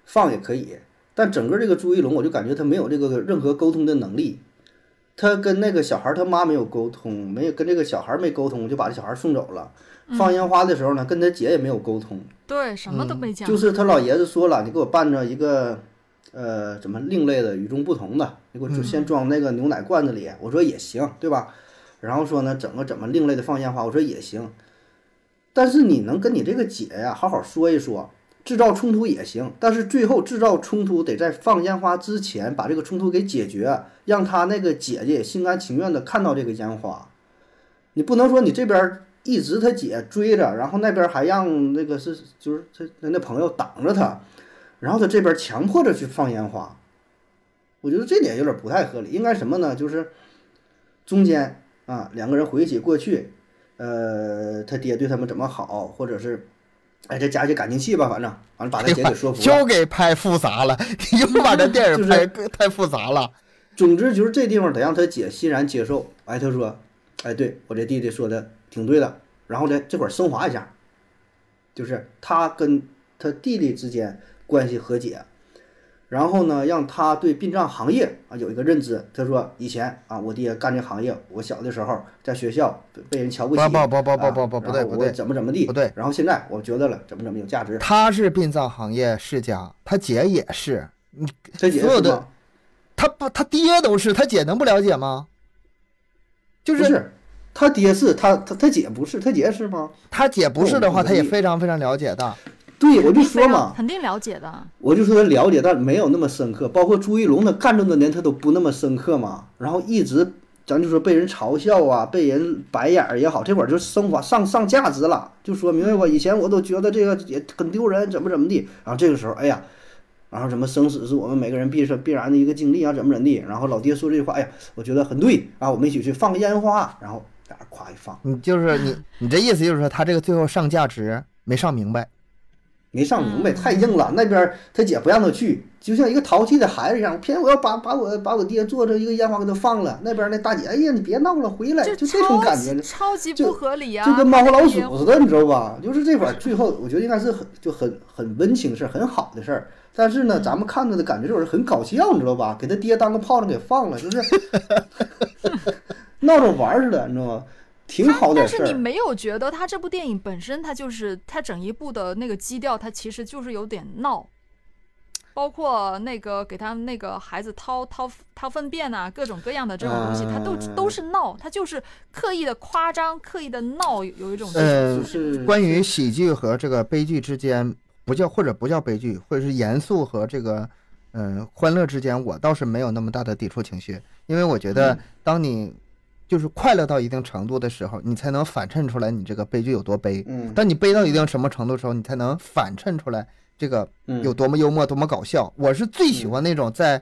A: 放也可以。但整个这个朱一龙，我就感觉他没有这个任何沟通的能力。他跟那个小孩儿他妈没有沟通，没有跟这个小孩儿没沟通，就把这小孩儿送走了。放烟花的时候呢，跟他姐也没有沟通，
C: 对，什么都没
A: 嗯
C: 讲。
A: 就是他老爷子说了，你给我办着一个，呃，怎么另类的、与众不同的，你给我就先装那个牛奶罐子里。我说也行，对吧？然后说呢，整个怎么另类的放烟花，我说也行。但是你能跟你这个姐呀好好说一说，制造冲突也行，但是最后制造冲突得在放烟花之前把这个冲突给解决，让他那个姐姐也心甘情愿的看到这个烟花。你不能说你这边儿一直他姐追着，然后那边儿还让那个是就是他他那朋友挡着他，然后他这边儿强迫着去放烟花，我觉得这点有点不太合理。应该什么呢？就是中间啊两个人回忆起过去，呃，他爹对他们怎么好，或者是哎再加一些感情戏吧，反正完了把
B: (laughs)
A: 他姐给说服了。
B: 就给拍复杂了， (laughs) 又把
A: (laughs)
B: 这电影拍 (laughs) 太复杂了。
A: 总之就是这地方得让他姐欣然接受。哎，他说，哎，对我这弟弟说的挺哎对的。然后呢，这会儿升华一下，就是他跟他弟弟之间关系和解，然后呢，让他对殡葬行业啊有一个认知。他说，以前啊，我爹干这行业，我小的时候在学校呃被被人瞧不起，
B: 不不不不
A: 啊
B: 不不不对
A: 然后
B: 不
A: 我
B: 对
A: 怎么怎么地
B: 不对
A: 然后现在我觉得了，怎么怎么有价值。
B: 他是殡葬行业世家，他姐也是，
A: 他姐
B: 所有
A: 是
B: 的
A: 吗
B: 他爸他爹都是，他姐能不了解吗？就
A: 不
B: 是
A: 是，他爹是他他他姐不是，他姐是吗？
B: 他姐不是的话，
A: 不
B: 他也
A: 同意
B: 非常非常了解的。
A: 对，我
C: 肯
A: 就
C: 定
A: 说
C: 非常
A: 嘛，
C: 肯定了解的。
A: 我就说他了解，但没有那么深刻。包括朱一龙，他干这么多年，他都不那么深刻嘛。然后一直，咱就说被人嘲笑啊，被人白眼儿也好，这会儿就升华上上价值了，就说明白吧？以前我都觉得这个也很丢人，怎么怎么地。然后这个时候，哎呀，然后什么生死是我们每个人必是必然的一个经历啊，怎么怎么地。然后老爹说这句话，哎呀，我觉得很对啊，我们一起去放个烟花，啊然后在那儿夸一放，
B: 你就是你，你这意思就是说他这个最后上价值没上明白。
A: 没上明白，太硬了。那边儿他姐不让他去，就像一个淘气的孩子一样，偏我要把把我把我爹做成一个烟花给他放了。那边儿那大姐，哎呀，你别闹了，回来，就这种
C: 超
A: 感觉
C: 级，超级不合理呀、
A: 就跟猫和老鼠
C: 嗯
A: 似的，你知道吧？就是这块儿最后，我觉得应该是很就很很温情的事儿，很好的事儿。但是呢，咱们看着的感觉就是很搞笑，你知道吧？给他爹当个炮仗给放了，就是闹着玩儿似的，你知道吗？挺
C: 他
A: 好点
C: 但
A: 儿事
C: 是你
A: 儿。
C: 没有觉得他这部电影本身，它就是它整一部的那个基调，它其实就是有点闹，包括那个给他那个孩子掏掏掏粪便啊，各种各样的这种东西，他都
A: 嗯
C: 都是闹，他就是刻意的夸张，刻意的闹，有有一种这种
B: 呃
A: 就，嗯是
B: 关于喜剧和这个悲剧之间，不叫或者不叫悲剧，或者是严肃和这个嗯、呃欢乐之间，我倒是没有那么大的抵触情绪，因为我觉得当你就是快乐到一定程度的时候，你才能反衬出来你这个悲剧有多悲。
A: 嗯
B: 当你悲到一定什么程度的时候，你才能反衬出来这个
A: 嗯
B: 有多么幽默、多么搞笑。我是最喜欢那种在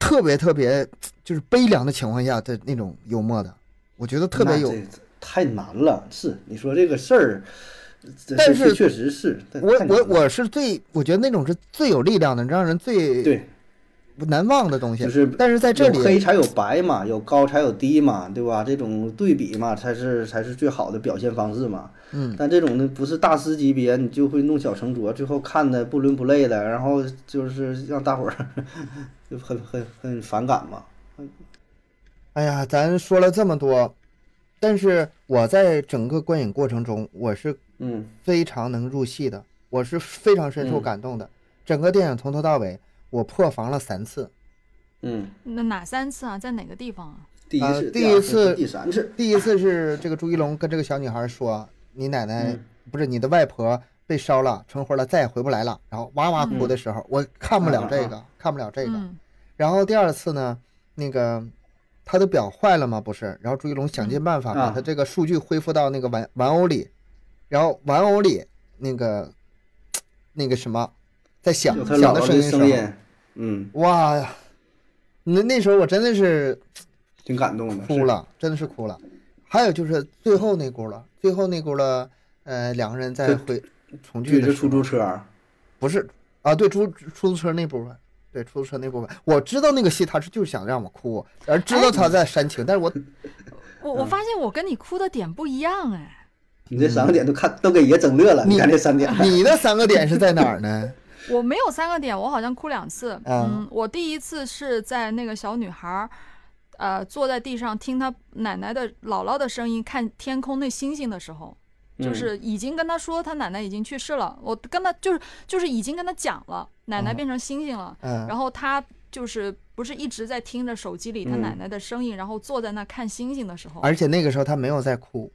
B: 特别特别就是悲凉的情况下的那种幽默的，我觉得特别
A: 那
B: 有
A: 这太难了。是你说这个事儿，这
B: 但
A: 这
B: 是
A: 确实是，但
B: 我
A: 太难
B: 我
A: 了
B: 我是最，我觉得那种是最有力量的，让人最
A: 对，
B: 难忘的东西。
A: 就是
B: 但是在这
A: 有黑
B: 里，
A: 才有白嘛，有高才有低嘛，对吧？这种对比嘛，才是才是最好的表现方式嘛。
B: 嗯，
A: 但这种呢，不是大师级别，你就会弄巧成拙，最后看的不伦不类的，然后就是让大伙儿 (laughs) 就很很很反感嘛。
B: 哎呀，咱说了这么多，但是我在整个观影过程中，我是
A: 嗯
B: 非常能入戏的，我是非常深受
A: 嗯
B: 感动的。整个电影从头到尾，我破防了三次。
A: 嗯，
C: 那哪三次啊？在哪个地方啊？
A: 第一
B: 啊
A: 次、
B: 第
A: 第二
B: 一次
A: 第三次，
B: 第一次是这个朱一龙跟这个小女孩说：“你奶奶、
A: 嗯
B: 不是你的外婆被烧了，成灰了，再也回不来了。”然后哇哇
A: 嗯
B: 哭的时候，我看不了这个，看不了这个。
C: 嗯
B: 然后第二次呢，那个他的表坏了嘛，不是？然后朱一龙想尽办法
A: 嗯
B: 把
A: 啊
B: 他这个数据恢复到那个玩玩偶里，然后玩偶里那个那个什么，在响
A: 有他
B: 响
A: 姥
B: 的
A: 姥
B: 声音
A: 的
B: 的
A: 声
B: 时
A: 音，嗯，
B: 候，哇呀！那那时候我真的是
A: 挺感动的。
B: 哭了，真的是哭了。还有就是最后那轱辘，最后那轱辘，呃，两个人在
A: 对
B: 回重
A: 是，举
B: 聚
A: 着
B: 的时
A: 出
B: 候，
A: 租车儿，
B: 不是啊，对，出出租车那部分，对，出租车那部分，我知道那个戏他是就是想让我哭，而知道他在煽
A: (laughs)
B: 情，但是我
C: 我
A: 嗯
C: 我发现我跟你哭的点不一样哎，
A: 你这三个点都看都给爷整乐了，
B: 你
A: 你家这三点。
B: 你的三个点是在哪儿
A: (laughs)
B: 呢？
C: 我没有三个点，我好像哭两次。
B: 嗯
C: 嗯，我第一次是在那个小女孩儿，呃，坐在地上听她奶奶的姥姥的声音，看天空那星星的时候，就
A: 嗯
C: 是已经跟她说她奶奶已经去世了，我跟她就是就是已经跟她讲了，奶奶
B: 嗯
C: 变成星星了，
B: 嗯，
C: 然后她就是不是一直在听着手机里她
A: 嗯
C: 奶奶的声音，然后坐在那看星星的时候，
B: 而且那个时候他没有在哭，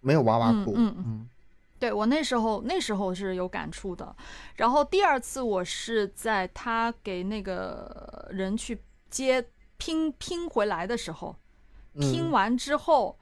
B: 没有哇哇哭，
C: 嗯嗯
B: 嗯
C: 对我那时候那时候是有感触的，然后第二次我是在他给那个人去接拼拼回来的时候，
B: 嗯
C: 拼完之后，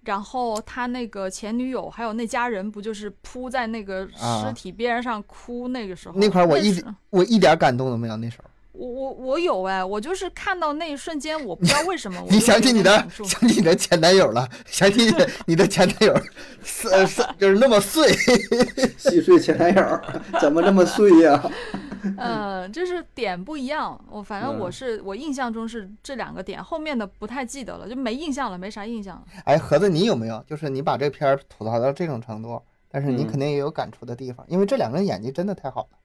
C: 然后他那个前女友还有那家人不就是扑在那个
B: 啊
C: 尸体边上哭那个时候
B: 那块儿我一
C: 是
B: 直我一点感动都没有。那时候，
C: 我我我有哎，我就是看到那一瞬间，我不知道为什么，我
B: (laughs) 你
C: 就
B: 想
C: 有
B: 起你
C: 点
B: 的
C: 忍，住
B: 想起你的前男友了，想起你的你的前男友，是呃是就是那么碎，
A: (laughs) 细碎前男友怎么这么碎呀、
C: 呃，就是点不一样。我反正我
A: 嗯
C: 是我印象中是这两个点，后面的不太记得了，就没印象了，没啥印象了。
B: 哎，盒子，你有没有就是你把这片儿吐槽到这种程度，但是你
A: 嗯
B: 肯定也有感触的地方，因为这两个人演技真的太好了。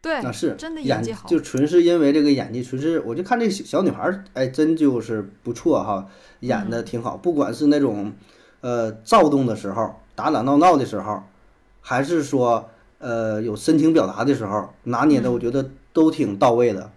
C: 对，
A: 那是
C: 哎真的演
A: 演
C: 技好
A: 就纯是因为这个演技，纯是我就看这小小女孩儿，哎，真就是不错哈，演的挺好。不管是那种呃躁动的时候，打打闹闹的时候，还是说呃有深情表达的时候，拿捏的我觉得都挺到位的，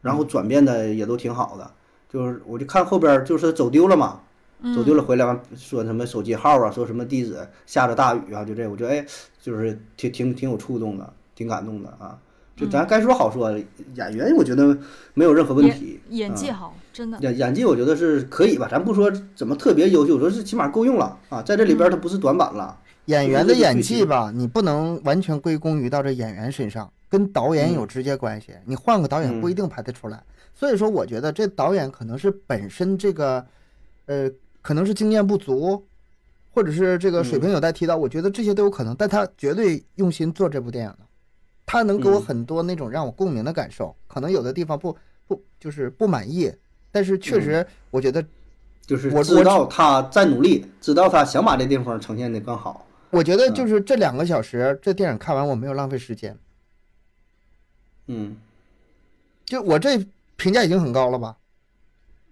A: 然后转变的也都挺好的。就是我就看后边儿就是走丢了嘛，
C: 嗯
B: 嗯
A: 走丢了回来完说什么手机号啊，说什么地址，下着大雨啊，就这，我觉得哎，就是挺挺挺有触动的，挺感动的啊。就
B: 嗯
A: 咱该说好说，演员我觉得没有任何问题，
C: 演技
A: 嗯
C: 好，真的。
A: 演演技我觉得是可以吧，咱不说怎么特别优秀，我说是起码够用了啊，在这里边儿它不是短板了，
B: 演
A: 对
B: 员的
A: 对对
B: 演
A: 对
B: 技
A: 对
B: 吧，你不能完全归功于到这演员身上，跟导
A: 嗯
B: 演有直接关系。你换个导演不一定拍得出来。所以说，我觉得这导演可能是本身这个，呃，可能是经验不足，或者是这个水
A: 嗯
B: 平有待提高。我觉得这些都有可能，但他绝对用心做这部电影了，他能给我
A: 嗯
B: 很多那种让我共鸣的感受。可能有的地方不不就是不满意，但是
A: 嗯
B: 确实我觉得
A: 就是
B: 我
A: 知道他在努力，知道他想把这地方呈现的更好。
B: 我觉得
A: 嗯
B: 就是这两个小时，这电影看完我没有浪费时间，
A: 嗯，
B: 就我这评价已经很高了吧？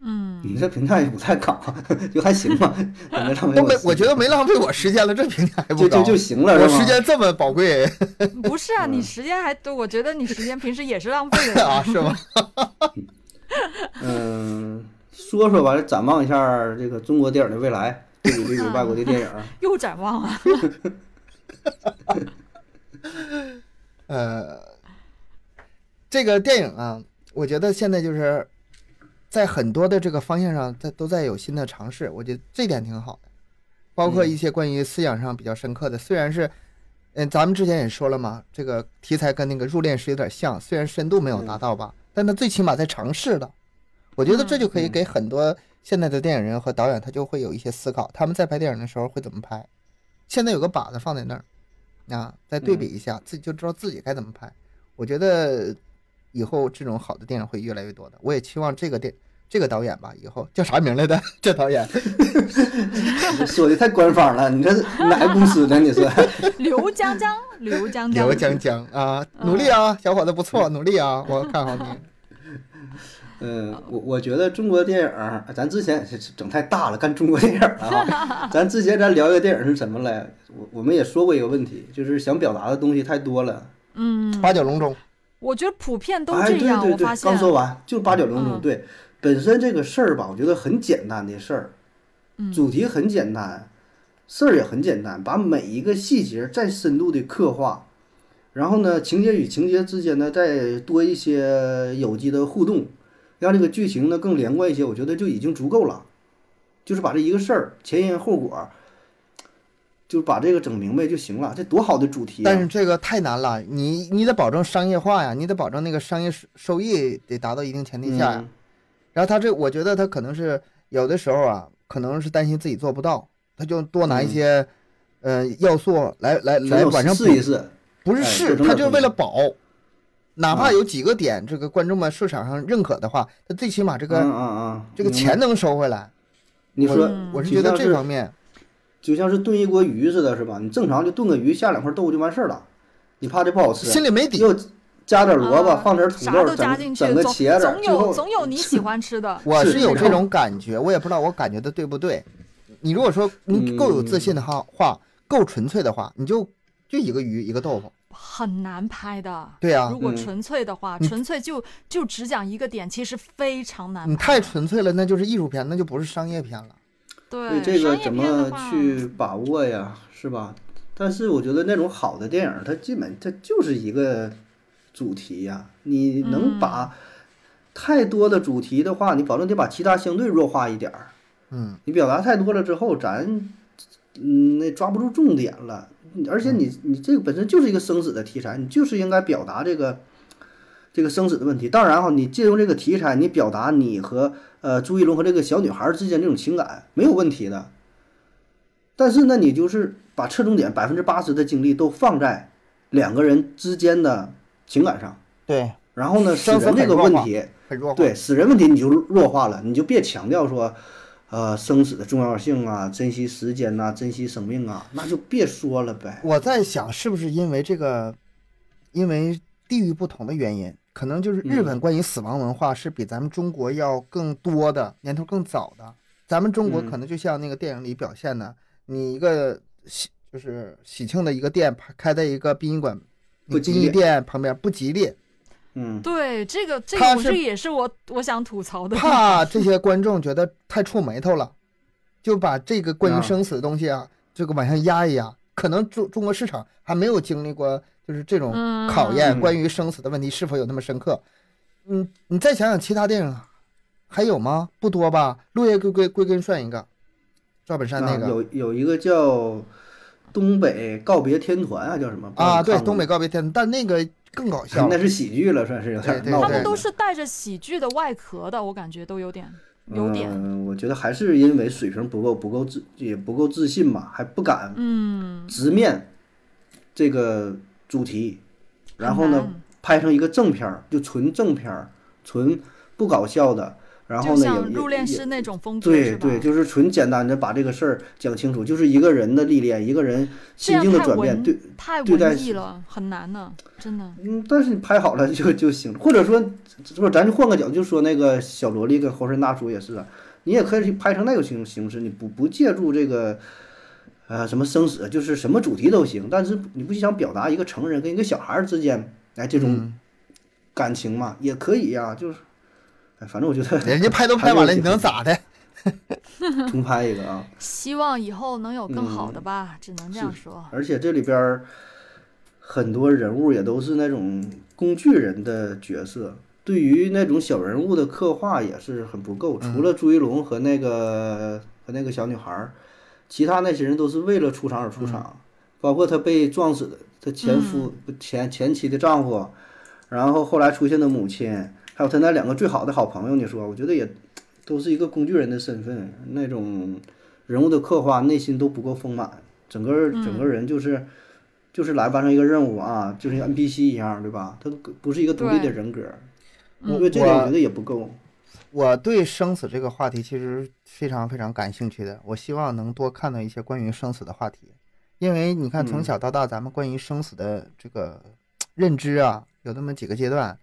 C: 嗯，
A: 你这评价也不太高， (laughs) 就还行
B: (laughs)
A: 吧，也没浪费
B: 都没
A: 时，间
B: 我觉得没浪费我时间了，这评价还
A: 就
B: 不高。
A: 就就行了，
B: 我
A: 是吗
B: 时间这么宝贵
C: 不是
A: (laughs) 嗯
C: 啊，你时间还多，我觉得你时间平时也是浪费的。
B: 啊，是吗？
A: 嗯，说说完，展望一下儿这个中国电影的未来，对比对比外国的电影儿，
C: 又展望啊，
B: 呃，这个电影啊，我觉得现在就是在很多的这个方向上，它都在有新的尝试，我觉得这点挺好的。包
A: 嗯
B: 括一些关于思想上比较深刻的，虽然是，嗯，咱们之前也说了嘛，这个题材跟那个《入殓师》有点像，虽然深度没有达
A: 嗯
B: 到吧，但它最起码在尝试了。我觉得这就可以
A: 嗯
B: 给很多现在的电影人和导演，他就会有一些思考，他们在拍电影的时候会怎么拍。现在有个靶子放在那儿，啊，再对比一
C: 嗯
B: 下，自己就知道自己该怎么拍。我觉得以后这种好的电影会越来越多的，我也期望这个电这个导演吧，以后叫啥名来的？ (laughs) 这导演
A: 你说的太官方了，你这是哪个公司的？你是
C: 刘江江，刘江江，嗯
B: 刘江江啊，努力啊，小伙子不错，努力啊，我看好你。
A: 嗯，我我觉得中国电影儿，咱之前是整太大了，干中国电影儿了哈。咱之前咱聊一个电影是什么来？我我们也说过一个问题，就是想表达的东西太多了。
C: 嗯，
B: 八角笼中，
C: 我觉得普遍都
A: 哎，
C: 这
A: 对
C: 样，
A: 对
C: 我
A: 对
C: 发，现
A: 刚，说完就是八角笼中，
C: 嗯
A: 对，本身这个事儿吧，我觉得很简单的事儿，
C: 嗯
A: 主题很简单，事儿也很简单，把每一个细节再深度的刻画，然后呢，情节与情节之间呢再多一些有机的互动，让这个剧情呢更连贯一些，我觉得就已经足够了。就是把这一个事儿前因后果，就把这个整明白就行了，这多好的主题、啊！
B: 但是这个太难了，你你得保证商业化呀，你得保证那个商业收收益得达到一定前提下呀。
A: 嗯
B: 然后他这，我觉得他可能是有的时候啊，可能是担心自己做不到，他就多拿
A: 嗯
B: 一些，呃，要素来来
A: 咱
B: 来
A: 有
B: 晚上
A: 嗯试一试，
B: 不是
A: 哎
B: 试，
A: 就整
B: 他
A: 点
B: 就是
A: 东
B: 为了
A: 西
B: 保，哪怕
A: 啊
B: 有几个点这个观众们市场上认可的话，他最起码
A: 嗯
B: 这个
A: 嗯嗯，
B: 这个
A: 明白
B: 钱能收回来。
A: 你
C: 嗯
B: 我
A: 说
B: 我是
A: 就
B: 觉得
A: 像
B: 这
A: 是
B: 方面，
A: 就像是炖一锅鱼似的，是吧？你正常就炖个鱼，下两块豆就完事儿了。你怕这不好吃，
B: 心里没底。。
A: 又加点萝卜，
C: 啊
A: 放点土
C: 啥
A: 豆，
C: 都加进
A: 整整
C: 去，
A: 个
C: 总
A: 茄子
C: 总，
A: 最
C: 有
A: 后
C: 总有
A: (laughs)
C: 你喜欢吃的
B: 我
A: 是
B: 是有
A: 是
B: 这种感觉，我也不知道我感觉的对不对。你如果说你够有自信
A: 嗯
B: 的话，话够纯粹的话，你就就一个鱼一个豆腐，
C: 很难拍的。
B: 对啊呀、
C: 如果
A: 嗯
C: 纯粹的话，纯粹就就只讲一个点，其实非常难拍。
A: 嗯
B: 你太纯粹了，那就是艺术片，那就不是商业片了。
A: 所以
C: 对
A: 这个
C: 商业
A: 怎
C: 片
A: 么
C: 的话
A: 去把握呀？是吧？但是我觉得那种好的电影，它基本它就是一个主题呀、你
C: 嗯
A: 能把太多的主题的话，你保证得把其他相对弱化一点儿。
B: 嗯
A: 你表达太多了之后，咱嗯那抓不住重点了，而且
B: 嗯
A: 你你这个本身就是一个生死的题材，你就是应该表达这个这个生死的问题。当然哈，你借用这个题材，你表达你和呃朱一龙和这个小女孩之间这种情感没有问题的，但是呢，你就是把侧重点百分之八十的精力都放在两个人之间的情感上，
B: 对，
A: 然后呢，使
B: 生死
A: 人这
B: 很
A: 个
B: 弱
A: 问
B: 化
A: 题。
B: 很弱化。
A: 对死人问题你就弱化了，你就别强调说，呃，生死的重要性啊，珍惜时间呐、珍惜生命啊，那就别说了呗。
B: 我在想，是不是因为这个，因为地域不同的原因，可能就是日
A: 嗯
B: 本关于死亡文化是比咱们中国要更多的，年头更早的。咱们中国可
A: 嗯
B: 能就像那个电影里表现的，你一个喜就是喜庆的一个店开在一个殡仪馆，
A: 不吉
B: 殡
A: 利
B: 仪店旁边不吉利，
A: 嗯，
C: 对，这个这
B: 他
C: 个我
B: 是
C: 这个也是我我想吐槽的。 (laughs)
B: 怕这些观众觉得太触眉头了， (laughs) 就把这个关于
A: 啊
B: 生死的东西
C: 嗯
B: 啊，这个往下压一压。可能中中国市场还没有经历过就是这种
C: 嗯
B: 考验，
A: 嗯
B: 关于生死的问题是否有那么深刻？嗯，你再想想其他电影啊还有吗？不多吧？落叶归归归根算一个，赵本山那
A: 啊
B: 个
A: 有有一个叫《东北告别天团》啊，叫什么？不知道
B: 啊，
A: 你
B: 对，
A: 看过
B: 东
A: 吗
B: 北告别天，但那个更搞笑
A: 那。是喜剧了，算是有点
B: 对对
A: 闹
C: 他
A: 腾
C: 们
A: 的。
C: 都是带着喜剧的外壳的，我感觉都有点有点，
A: 嗯，我觉得还是因为水平不够，不够自也不够自信吧，还不敢
C: 嗯，
A: 直面这个主题，然后
C: 很
A: 呢
C: 难，
A: 拍成一个正片儿，就纯正片儿，纯不搞笑的，然后
C: 就
A: 呢
C: 像
A: 也
C: 入
A: 也
C: 殓
A: 也
C: 师那种风格，
A: 对
C: 是吧？
A: 对，就是纯简单的把这个事儿讲清楚，就是一个人的历练，一个人
C: 啊
A: 心境的转变，
C: 这
A: 对
C: 样，太
A: 对待
C: 文艺了，很难呢，真的。
A: 嗯，但是你拍好了就就行了，或者说，不是咱就换个角度，就说那个小萝莉跟猴神大叔也是啊，你也可以拍成那个形形式，你不不借助这个，呃，什么生死，就是什么主题都行，但是你不想表达一个成人跟一个小孩儿之间，哎，这种感情嘛，也可以呀、就是，哎，反正我觉得 (laughs)
B: 人家拍都拍完了，你能咋的？
A: 重拍一个啊？
C: 希望以后能有更好
A: 嗯
C: 的吧，只能这样说。
A: 而且这里边儿很多人物也都是那种工具人的角色，对于那种小人物的刻画也是很不够。除了朱一龙和那个和那个小女孩儿，其他那些人都是为了出场而出场，包括她被撞死的她前夫、不前前妻的丈夫，然后后来出现的母亲，还有她那两个最好的好朋友，你说，我觉得也都是一个工具人的身份，那种人物的刻画，内心都不够丰满，整个整
C: 嗯
A: 个人就是、就是来完成一个任务啊，就是像 NPC 一样，对吧？他不是一个独立的
C: 对
A: 人格，
C: 嗯
A: 所以这
B: 我
A: 点我觉得也不够。
B: 我对生死这个话题其实非常非常感兴趣的，我希望能多看到一些关于生死的话题，因为你看从
A: 嗯
B: 小到大咱们关于生死的这个认知啊，有那么几个阶段。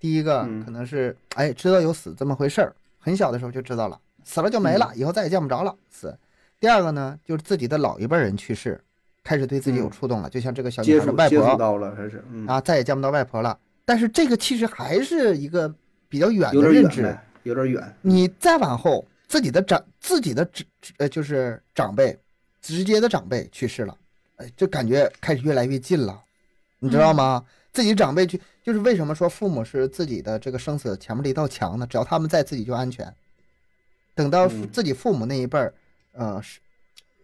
B: 第一个
A: 嗯
B: 可能是哎知道有死这么回事儿，很小的时候就知道了，死了就没
A: 嗯
B: 了，以后再也见不着了，死。第二个呢，就是自己的老一辈人去世，开始对自己有
A: 嗯
B: 触动了，就像这个小女
A: 接
B: 孩的
A: 触
B: 外
A: 接
B: 婆
A: 触到了，还是嗯，
B: 啊，再也见不到外婆了。但是这个其实还是一个比较远
A: 有
B: 的
A: 点
B: 认
A: 远
B: 知。
A: 呗，有点远。
B: 你再往后，自己的长自己的长呃就是长辈，直接的长辈去世了，哎，这感觉开始越来越近了，你知道吗？自己长辈去，就是为什么说父母是自己的这个生死前面的一道墙呢？只要他们在，自己就安全。等到父
A: 嗯
B: 自己父母那一辈儿，呃，逝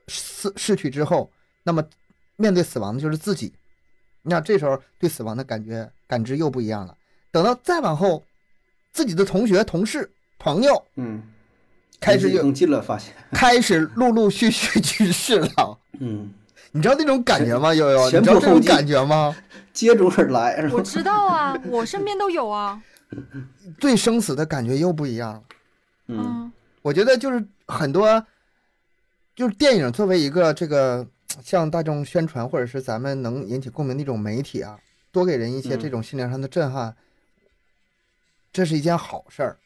B: 逝逝去之后，那么面对死亡的就是自己，那这时候对死亡的感觉感知又不一样了。等到再往后，自己的同学、同事、朋友
A: 嗯，
B: 开始
A: 离自己
B: 有
A: 更近了，发现，
B: (laughs) 开始陆陆续续去世了，
A: 嗯，
B: 你知道那种感觉吗？悠悠，你
A: 前
B: 知道
A: 仆
B: 这种
A: 后继
B: 感觉吗？
A: 接踵而来，然后
C: 我知道啊，我身边都有啊。
B: 对生死的感觉又不一样了。
A: 嗯
C: 嗯，
B: 我觉得就是很多，就是电影作为一个这个向大众宣传，或者是咱们能引起共鸣的一种媒体啊，多给人一些
A: 嗯
B: 这种心灵上的震撼，这是一件好事儿。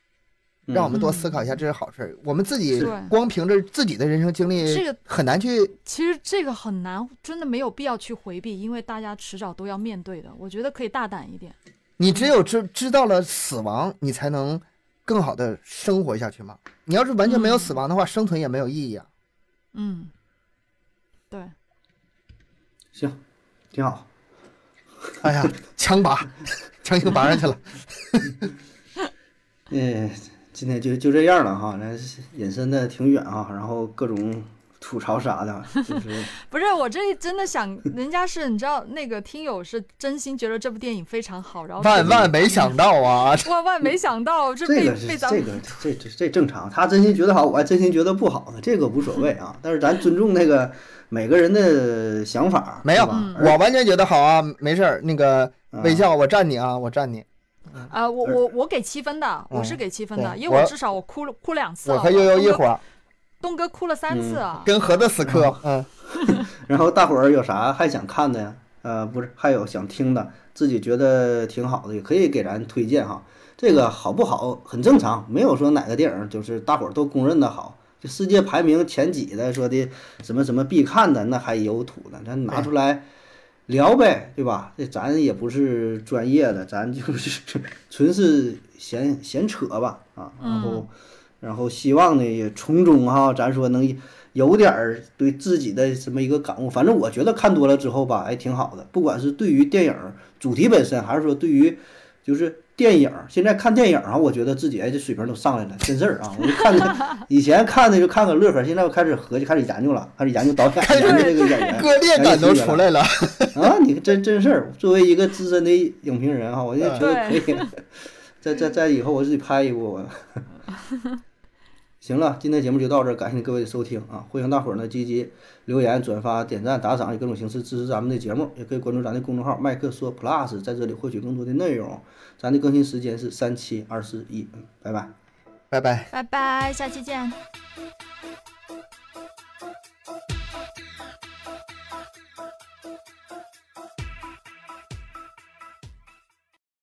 A: 嗯
B: 让我们多思考一下，这是好事儿。我们自己
C: 是
B: 光凭着自己的人生经
C: 嗯这
B: 历，
C: 个
B: 很难去
C: 其实这个很难，真的没有必要去回避，因为大家迟早都要面对的。我觉得可以大胆一点。
B: 你只有知知道了死亡，你才能更好的生活下去嘛。你要是完全没有死亡的话，生存也没有意
C: (laughs)
B: 义啊。
C: 嗯，对，
A: 行，挺好。
B: 哎呀，枪拔，强行拔上去了。
A: 嗯，今天就就这样了哈，那是引申的挺远啊，然后各种吐槽啥
C: (laughs)
A: 的，就是
C: 不是我这真的想，人家是你知道那个听友是真心觉得这部电影非常好，然后
B: 万万没想到啊，
C: 万万没想到这
A: 这
C: 被
A: 个是
C: 被咱
A: 这
C: 们
A: 个这这这正常，他真心觉得好，我还真心觉得不好呢，这个无所谓啊，但是咱尊重那个每个人的想法，
B: 没有
A: 是吧，
B: 我完全觉得好啊，没事儿，那个
A: 嗯
B: 微笑，我站你啊，我站你。
C: 啊、我我我给七分的，我是
B: 嗯
C: 给七分的，
B: 对
C: 因为我
B: 我
C: 至少我哭了哭两次
B: 我
C: 了，
B: 和悠悠一
C: 东哥
B: 伙儿，嗯
C: 东哥哭了三次啊，
B: 跟盒子死磕，嗯，
A: 然后大伙儿有啥还想看的呀？呃，不是，还有想听的，自己觉得挺好的，也可以给咱推荐哈。这个好不好很正常，没有说哪个电影就是大伙儿都公认的好。这世界排名前几的说的什么什么必看的，那还有土呢，咱拿出来聊呗，对吧？这咱也不是专业的，咱就是 (laughs) 纯是闲闲扯吧啊。然
B: 嗯
A: 后，然后希望呢也从中哈，咱说能有点儿对自己的什么一个感悟。反正我觉得看多了之后吧，哎，挺好的。不管是对于电影主题本身，还是说对于就是电影，现在看电影啊，我觉得自己哎这水平都上来了，真事儿啊！我就看
B: (laughs)
A: 的以前看的就看个乐呵，现在我开始合计，开始研究了，开始研究导演，
B: 开始
A: 研究这个演员。
B: 割裂
A: 哎
B: 感都出来了。
A: (laughs) 啊，你真真事儿。作为一个资深的影评人哈，我就觉得可以，在在在以后我自己拍一部。我 (laughs) 行了，今天节目就到这儿，感谢各位的收听啊！欢迎大伙儿呢积极留言、转发、点赞、打赏，以各种形式支持咱们的节目，也可以关注咱的公众号“麦克说 Plus”，在这里获取更多的内容。咱嗯的更新时间是三七二十一，拜拜。
B: 拜拜。
C: 拜拜，下期见。